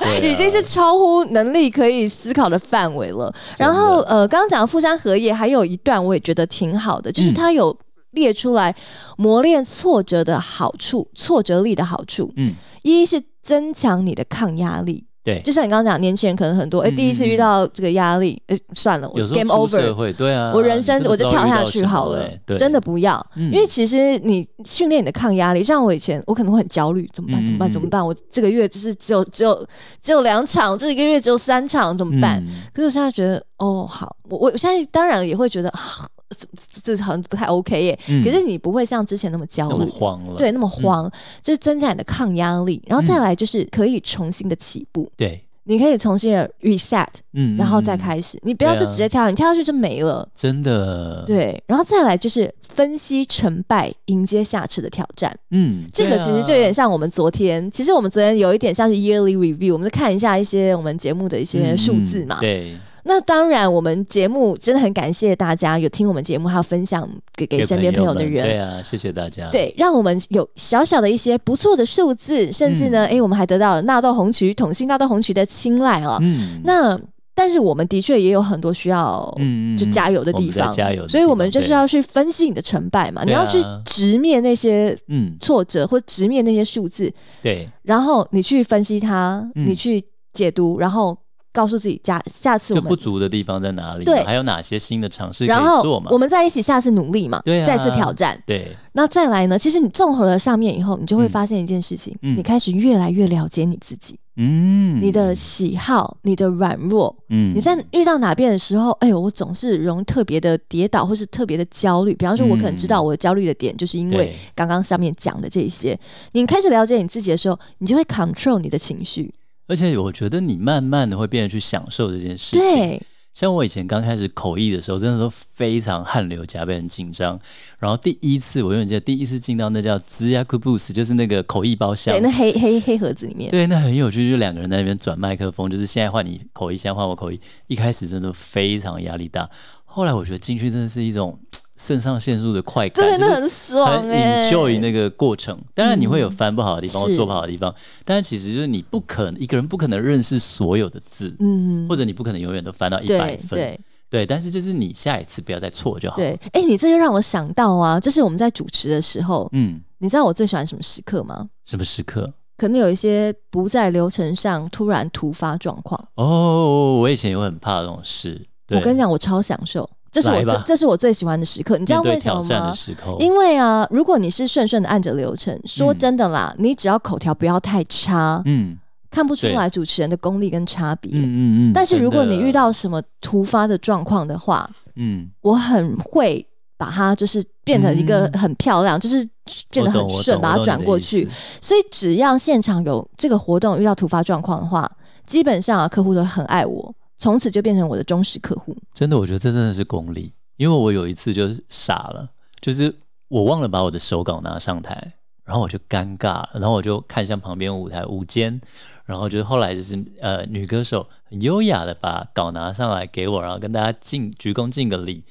Speaker 2: 对啊
Speaker 1: 已经是超乎能力可以思考的范围了。
Speaker 2: 真的
Speaker 1: 然后呃，刚刚讲富山荷叶还有一段我也觉得挺好的，就是
Speaker 2: 嗯
Speaker 1: 它有列出来磨练挫折的好处，挫折力的好处，
Speaker 2: 嗯，
Speaker 1: 一是增强你的抗压力。
Speaker 2: 对，
Speaker 1: 就像你刚刚讲，年轻人可能很多，哎、
Speaker 2: 嗯
Speaker 1: 第一次遇到这个压力，哎、算了，我
Speaker 2: 有时候
Speaker 1: game
Speaker 2: 出
Speaker 1: over，
Speaker 2: 社会，对啊，
Speaker 1: 我人生
Speaker 2: 你真
Speaker 1: 我就
Speaker 2: 的不知
Speaker 1: 跳
Speaker 2: 道遇
Speaker 1: 下
Speaker 2: 到
Speaker 1: 去
Speaker 2: 什么
Speaker 1: 好了
Speaker 2: 欸，对，
Speaker 1: 真的不要，
Speaker 2: 嗯
Speaker 1: 因为其实你训练你的抗压力，像我以前，我可能会很焦虑，怎么办？
Speaker 2: 嗯
Speaker 1: 怎么办？怎么办？我这个月就是只有只有只有两场，这一个月只有三场，怎么办？
Speaker 2: 嗯
Speaker 1: 可是我现在觉得，哦，好，我我我现在当然也会觉得，啊，这这这好像不太 OK 耶。
Speaker 2: 嗯
Speaker 1: 可是你不会像之前那么焦
Speaker 2: 那么
Speaker 1: 虑，
Speaker 2: 慌了，嗯
Speaker 1: 对，那么慌，就是增加你的抗压力，然后再来就是可以重新的起步，
Speaker 2: 对，
Speaker 1: 你可以重新的 reset，
Speaker 2: 嗯，
Speaker 1: 然后
Speaker 2: 嗯
Speaker 1: 再
Speaker 2: 嗯
Speaker 1: 开始，你不要
Speaker 2: 对
Speaker 1: 就
Speaker 2: 啊
Speaker 1: 直接跳，你跳下去就没了。
Speaker 2: 真的，，
Speaker 1: 对，然后再来就是分析成败，迎接下次的挑战。
Speaker 2: 嗯，
Speaker 1: 这个
Speaker 2: 对
Speaker 1: 其实
Speaker 2: 啊
Speaker 1: 就有点像我们昨天，其实我们昨天有一点像是 yearly review，我们是看一下一些我们节目的一些数字嘛。
Speaker 2: 嗯对，
Speaker 1: 那当然，我们节目真的很感谢大家有听我们节目，还有分享给给身边朋友的
Speaker 2: 们对
Speaker 1: 人。
Speaker 2: 啊，谢谢大家，，
Speaker 1: 对，让我们有小小的一些不错的数字，甚至呢，
Speaker 2: 嗯
Speaker 1: 诶，我们还得到了纳豆红曲、统信纳豆红曲的青睐哦。
Speaker 2: 嗯，
Speaker 1: 那但是我们的确也有很多需要
Speaker 2: 嗯
Speaker 1: 就加油的地
Speaker 2: 我
Speaker 1: 方，
Speaker 2: 们在加油的地方，
Speaker 1: 所以我们就是
Speaker 2: 对
Speaker 1: 要去分析你的成败嘛，你
Speaker 2: 对
Speaker 1: 要
Speaker 2: 啊
Speaker 1: 去直面那些
Speaker 2: 嗯，
Speaker 1: 挫折或直面那些数字，
Speaker 2: 对，
Speaker 1: 然后你去分析它，
Speaker 2: 嗯
Speaker 1: 你去解读，然后告诉自己加下次
Speaker 2: 就
Speaker 1: 我
Speaker 2: 不
Speaker 1: 们，
Speaker 2: 足的地方在哪里？
Speaker 1: 对
Speaker 2: 还有哪些新的尝试可
Speaker 1: 然
Speaker 2: 以做
Speaker 1: 后
Speaker 2: 嘛
Speaker 1: 我？们在一起下次努力嘛，
Speaker 2: 对啊
Speaker 1: 再次挑战。
Speaker 2: 对，
Speaker 1: 那再来呢？其实你综合了上面以后，你就会
Speaker 2: 嗯
Speaker 1: 发现一件事情，
Speaker 2: 嗯
Speaker 1: 你开始越来越了解你自己，
Speaker 2: 嗯，
Speaker 1: 你的，喜好，你的软弱，
Speaker 2: 嗯，
Speaker 1: 你在遇到哪边的时候，哎呦，我总是容易特别的跌倒，或是特别的焦虑。比方说，我可能知道我的焦虑的点，就是因为
Speaker 2: 嗯对
Speaker 1: 刚刚上面讲的这一些。你开始了解你自己的时候，你就会 control 你的情绪。
Speaker 2: 而且我觉得你慢慢的会变得去享受这件事情，
Speaker 1: 对，
Speaker 2: 像我以前刚开始口译的时候，真的都非常汗流浃背，很紧张。然后第一次，我永远记得第一次进到那叫 z i a k u b u s 就是那个口译包厢
Speaker 1: 对，。那黑黑黑盒子里面，
Speaker 2: 对，那很有趣，就两个人在那边转麦克风，就是现在换你口译，现在换我口译。一开始真的非常压力大，后来我觉得进去真的是一种嘖肾上腺素的快感，
Speaker 1: 对，
Speaker 2: 就
Speaker 1: 那
Speaker 2: 是
Speaker 1: 很爽
Speaker 2: 很
Speaker 1: 哎、
Speaker 2: enjoy 那个过程。当然你会有翻不好的地方或
Speaker 1: 是
Speaker 2: 做不好的地方，但其实就是你不可能一个人不可能认识所有的字，
Speaker 1: 嗯
Speaker 2: 或，者你不可能永远都翻到一
Speaker 1: 对
Speaker 2: 百分。
Speaker 1: 对
Speaker 2: 对，但是就是你下一次不要再错就好。，
Speaker 1: 对，哎、你这就让我想到啊，就是我们在主持的时候，
Speaker 2: 嗯，
Speaker 1: 你知道我最喜欢什么时刻吗？
Speaker 2: 什么时刻？
Speaker 1: 可能有一些不在流程上突然突发状况，
Speaker 2: 哦，我以前也会很怕这种事。对
Speaker 1: 我跟你，讲，我超享受。这是我
Speaker 2: 来
Speaker 1: 最
Speaker 2: 吧
Speaker 1: 这是我最喜欢的时刻。你知道
Speaker 2: 面对
Speaker 1: 为什
Speaker 2: 挑
Speaker 1: 么
Speaker 2: 战
Speaker 1: 吗
Speaker 2: 的？时候，
Speaker 1: 因为啊，如果你是顺顺的按着流程，说
Speaker 2: 嗯
Speaker 1: 真的啦，你只要口条不要太差，
Speaker 2: 嗯
Speaker 1: 看不出
Speaker 2: 对
Speaker 1: 来主持人的功力跟差别。
Speaker 2: 嗯嗯嗯，
Speaker 1: 但是如果
Speaker 2: 真的
Speaker 1: 你遇到什么突发的状况的话，
Speaker 2: 嗯，
Speaker 1: 我很会把它就是变成一个
Speaker 2: 嗯
Speaker 1: 很漂亮，就是变得
Speaker 2: 我懂
Speaker 1: 很
Speaker 2: 我
Speaker 1: 顺，
Speaker 2: 懂
Speaker 1: 把
Speaker 2: 我
Speaker 1: 它
Speaker 2: 懂
Speaker 1: 转
Speaker 2: 你的
Speaker 1: 过
Speaker 2: 意
Speaker 1: 去
Speaker 2: 思。
Speaker 1: 所以只要现场有这个活动遇到突发状况的话，基本上啊，客户都很爱我，从此就变成我的忠实客户。
Speaker 2: 真的，我觉得这真的是功力，因为我有一次就是傻了，就是我忘了把我的手稿拿上台，然后我就尴尬了，然后我就看向旁边舞台舞间，然后就是后来就是呃女歌手很优雅的把稿拿上来给我，然后跟大家敬鞠躬敬个礼，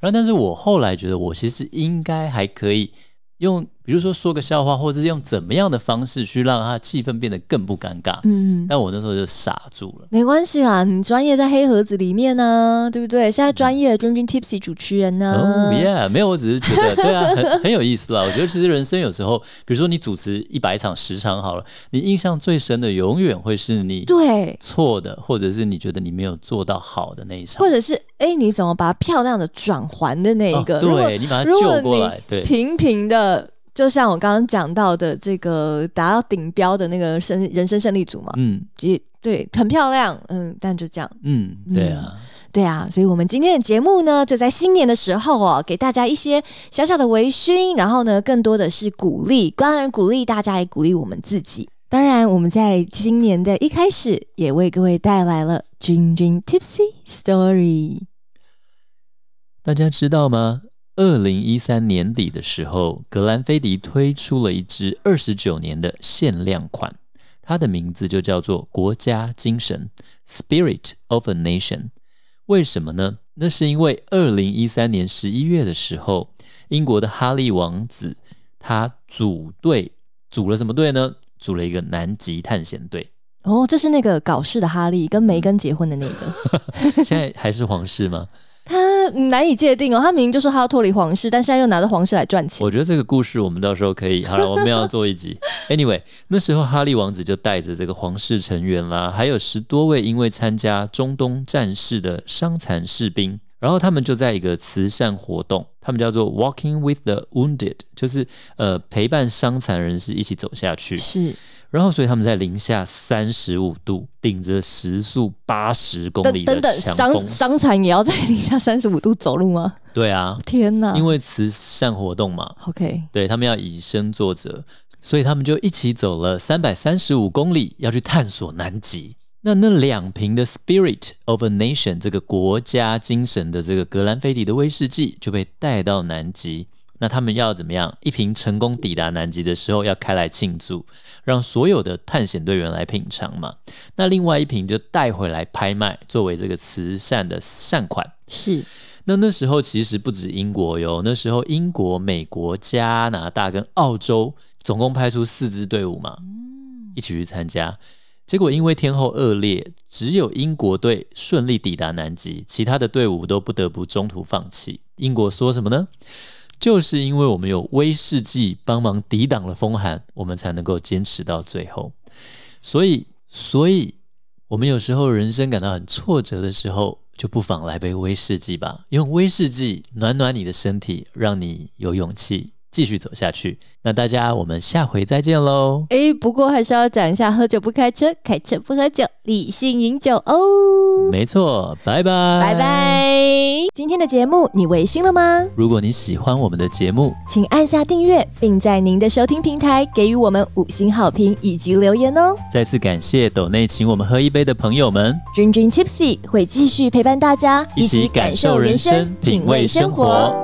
Speaker 2: 然后但是我后来觉得我其实应该还可以。用比如说说个笑话，或者是用怎么样的方式去让他气氛变得更不尴尬，
Speaker 1: 嗯。
Speaker 2: 但我那时候就傻住了。
Speaker 1: 没关系啦，你专业在黑盒子里面呢、对不对？现在专业的君君 Tipsy 主持人呢、
Speaker 2: 哦、耶！没有，我只是觉得，对啊，很很有意思啦。我觉得其实人生有时候，比如说你主持一百场、十场好了，你印象最深的永远会是你
Speaker 1: 对，
Speaker 2: 错的，或者是你觉得你没有做到好的那一场
Speaker 1: 或。者是哎、诶你怎么把它漂亮的转环的那一个？
Speaker 2: 哦、
Speaker 1: 如果
Speaker 2: 对你把它
Speaker 1: 如果
Speaker 2: 救过来，对，
Speaker 1: 平平的，就像我刚刚讲到的这个达到顶标的那个胜人生胜利组嘛，
Speaker 2: 嗯
Speaker 1: 也对，很漂亮，嗯，但就这样，
Speaker 2: 嗯，对啊，
Speaker 1: 对啊，所以我们今天的节目呢，就在新年的时候哦，给大家一些小小的微醺，然后呢，更多的是鼓励，当然鼓励大家，也鼓励我们自己。当然，我们在新年的一开始，也为各位带来了君君 Tipsy Story。
Speaker 2: 大家知道吗？二零一三年底的时候，格兰菲迪推出了一支二十九年的限量款，它的名字就叫做“国家精神 ”（Spirit of a Nation）。为什么呢？那是因为二零一三年十一月的时候，英国的哈利王子他组队，组了什么队呢？组了一个南极探险队。
Speaker 1: 哦，这是那个搞事的哈利跟梅根结婚的那个。
Speaker 2: 现在还是皇室吗？
Speaker 1: 他难以界定哦，他明明就说他要脱离皇室，但现在又拿着皇室来赚钱。
Speaker 2: 我觉得这个故事我们到时候可以，好 了，我们要做一集。Anyway，那时候哈利王子就带着这个皇室成员啦，还有十多位因为参加中东战事的伤残士兵，然后他们就在一个慈善活动，他们叫做 Walking with the Wounded，就是呃陪伴伤残人士一起走下去。
Speaker 1: 是
Speaker 2: 然后所以他们在零下三十五度，顶着时速八十公
Speaker 1: 等
Speaker 2: 里
Speaker 1: 等
Speaker 2: 的
Speaker 1: 等，
Speaker 2: 强
Speaker 1: 伤
Speaker 2: 风，
Speaker 1: 伤残也要在零下三十五度走路吗？
Speaker 2: 对啊，
Speaker 1: 天哪！
Speaker 2: 因为慈善活动嘛，
Speaker 1: OK，
Speaker 2: 对他们要以身作则，所以他们就一起走了三百三十五公里，要去探索南极。那那两瓶的 Spirit of a Nation 这个国家精神的这个格兰菲迪的威士忌就被带到南极。那他们要怎么样？一瓶成功抵达南极的时候要开来庆祝，让所有的探险队员来品尝嘛。那另外一瓶就带回来拍卖，作为这个慈善的善款。
Speaker 1: 是
Speaker 2: 那那时候其实不止英国哟，那时候英国、美国、加拿大跟澳洲总共派出四支队伍嘛，一起去参加。结果因为天候恶劣，只有英国队顺利抵达南极，其他的队伍都不得不中途放弃。英国说什么呢？就是因为我们有威士忌帮忙抵挡了风寒，我们才能够坚持到最后。所以，所以我们有时候人生感到很挫折的时候，就不妨来杯威士忌吧，用威士忌暖暖你的身体，让你有勇气继续走下去。那大家，我们下回再见喽。
Speaker 1: 哎，不过还是要讲一下，喝酒不开车，开车不喝酒，理性饮酒哦。
Speaker 2: 没错，拜拜，
Speaker 1: 拜。拜！今天的节目你微醺了吗？
Speaker 2: 如果你喜欢我们的节目，
Speaker 1: 请按下订阅，并在您的收听平台给予我们五星好评以及留言哦。
Speaker 2: 再次感谢斗内请我们喝一杯的朋友们，
Speaker 1: 君君 Tipsy 会继续陪伴大家，
Speaker 2: 一起感受人生，品味生活。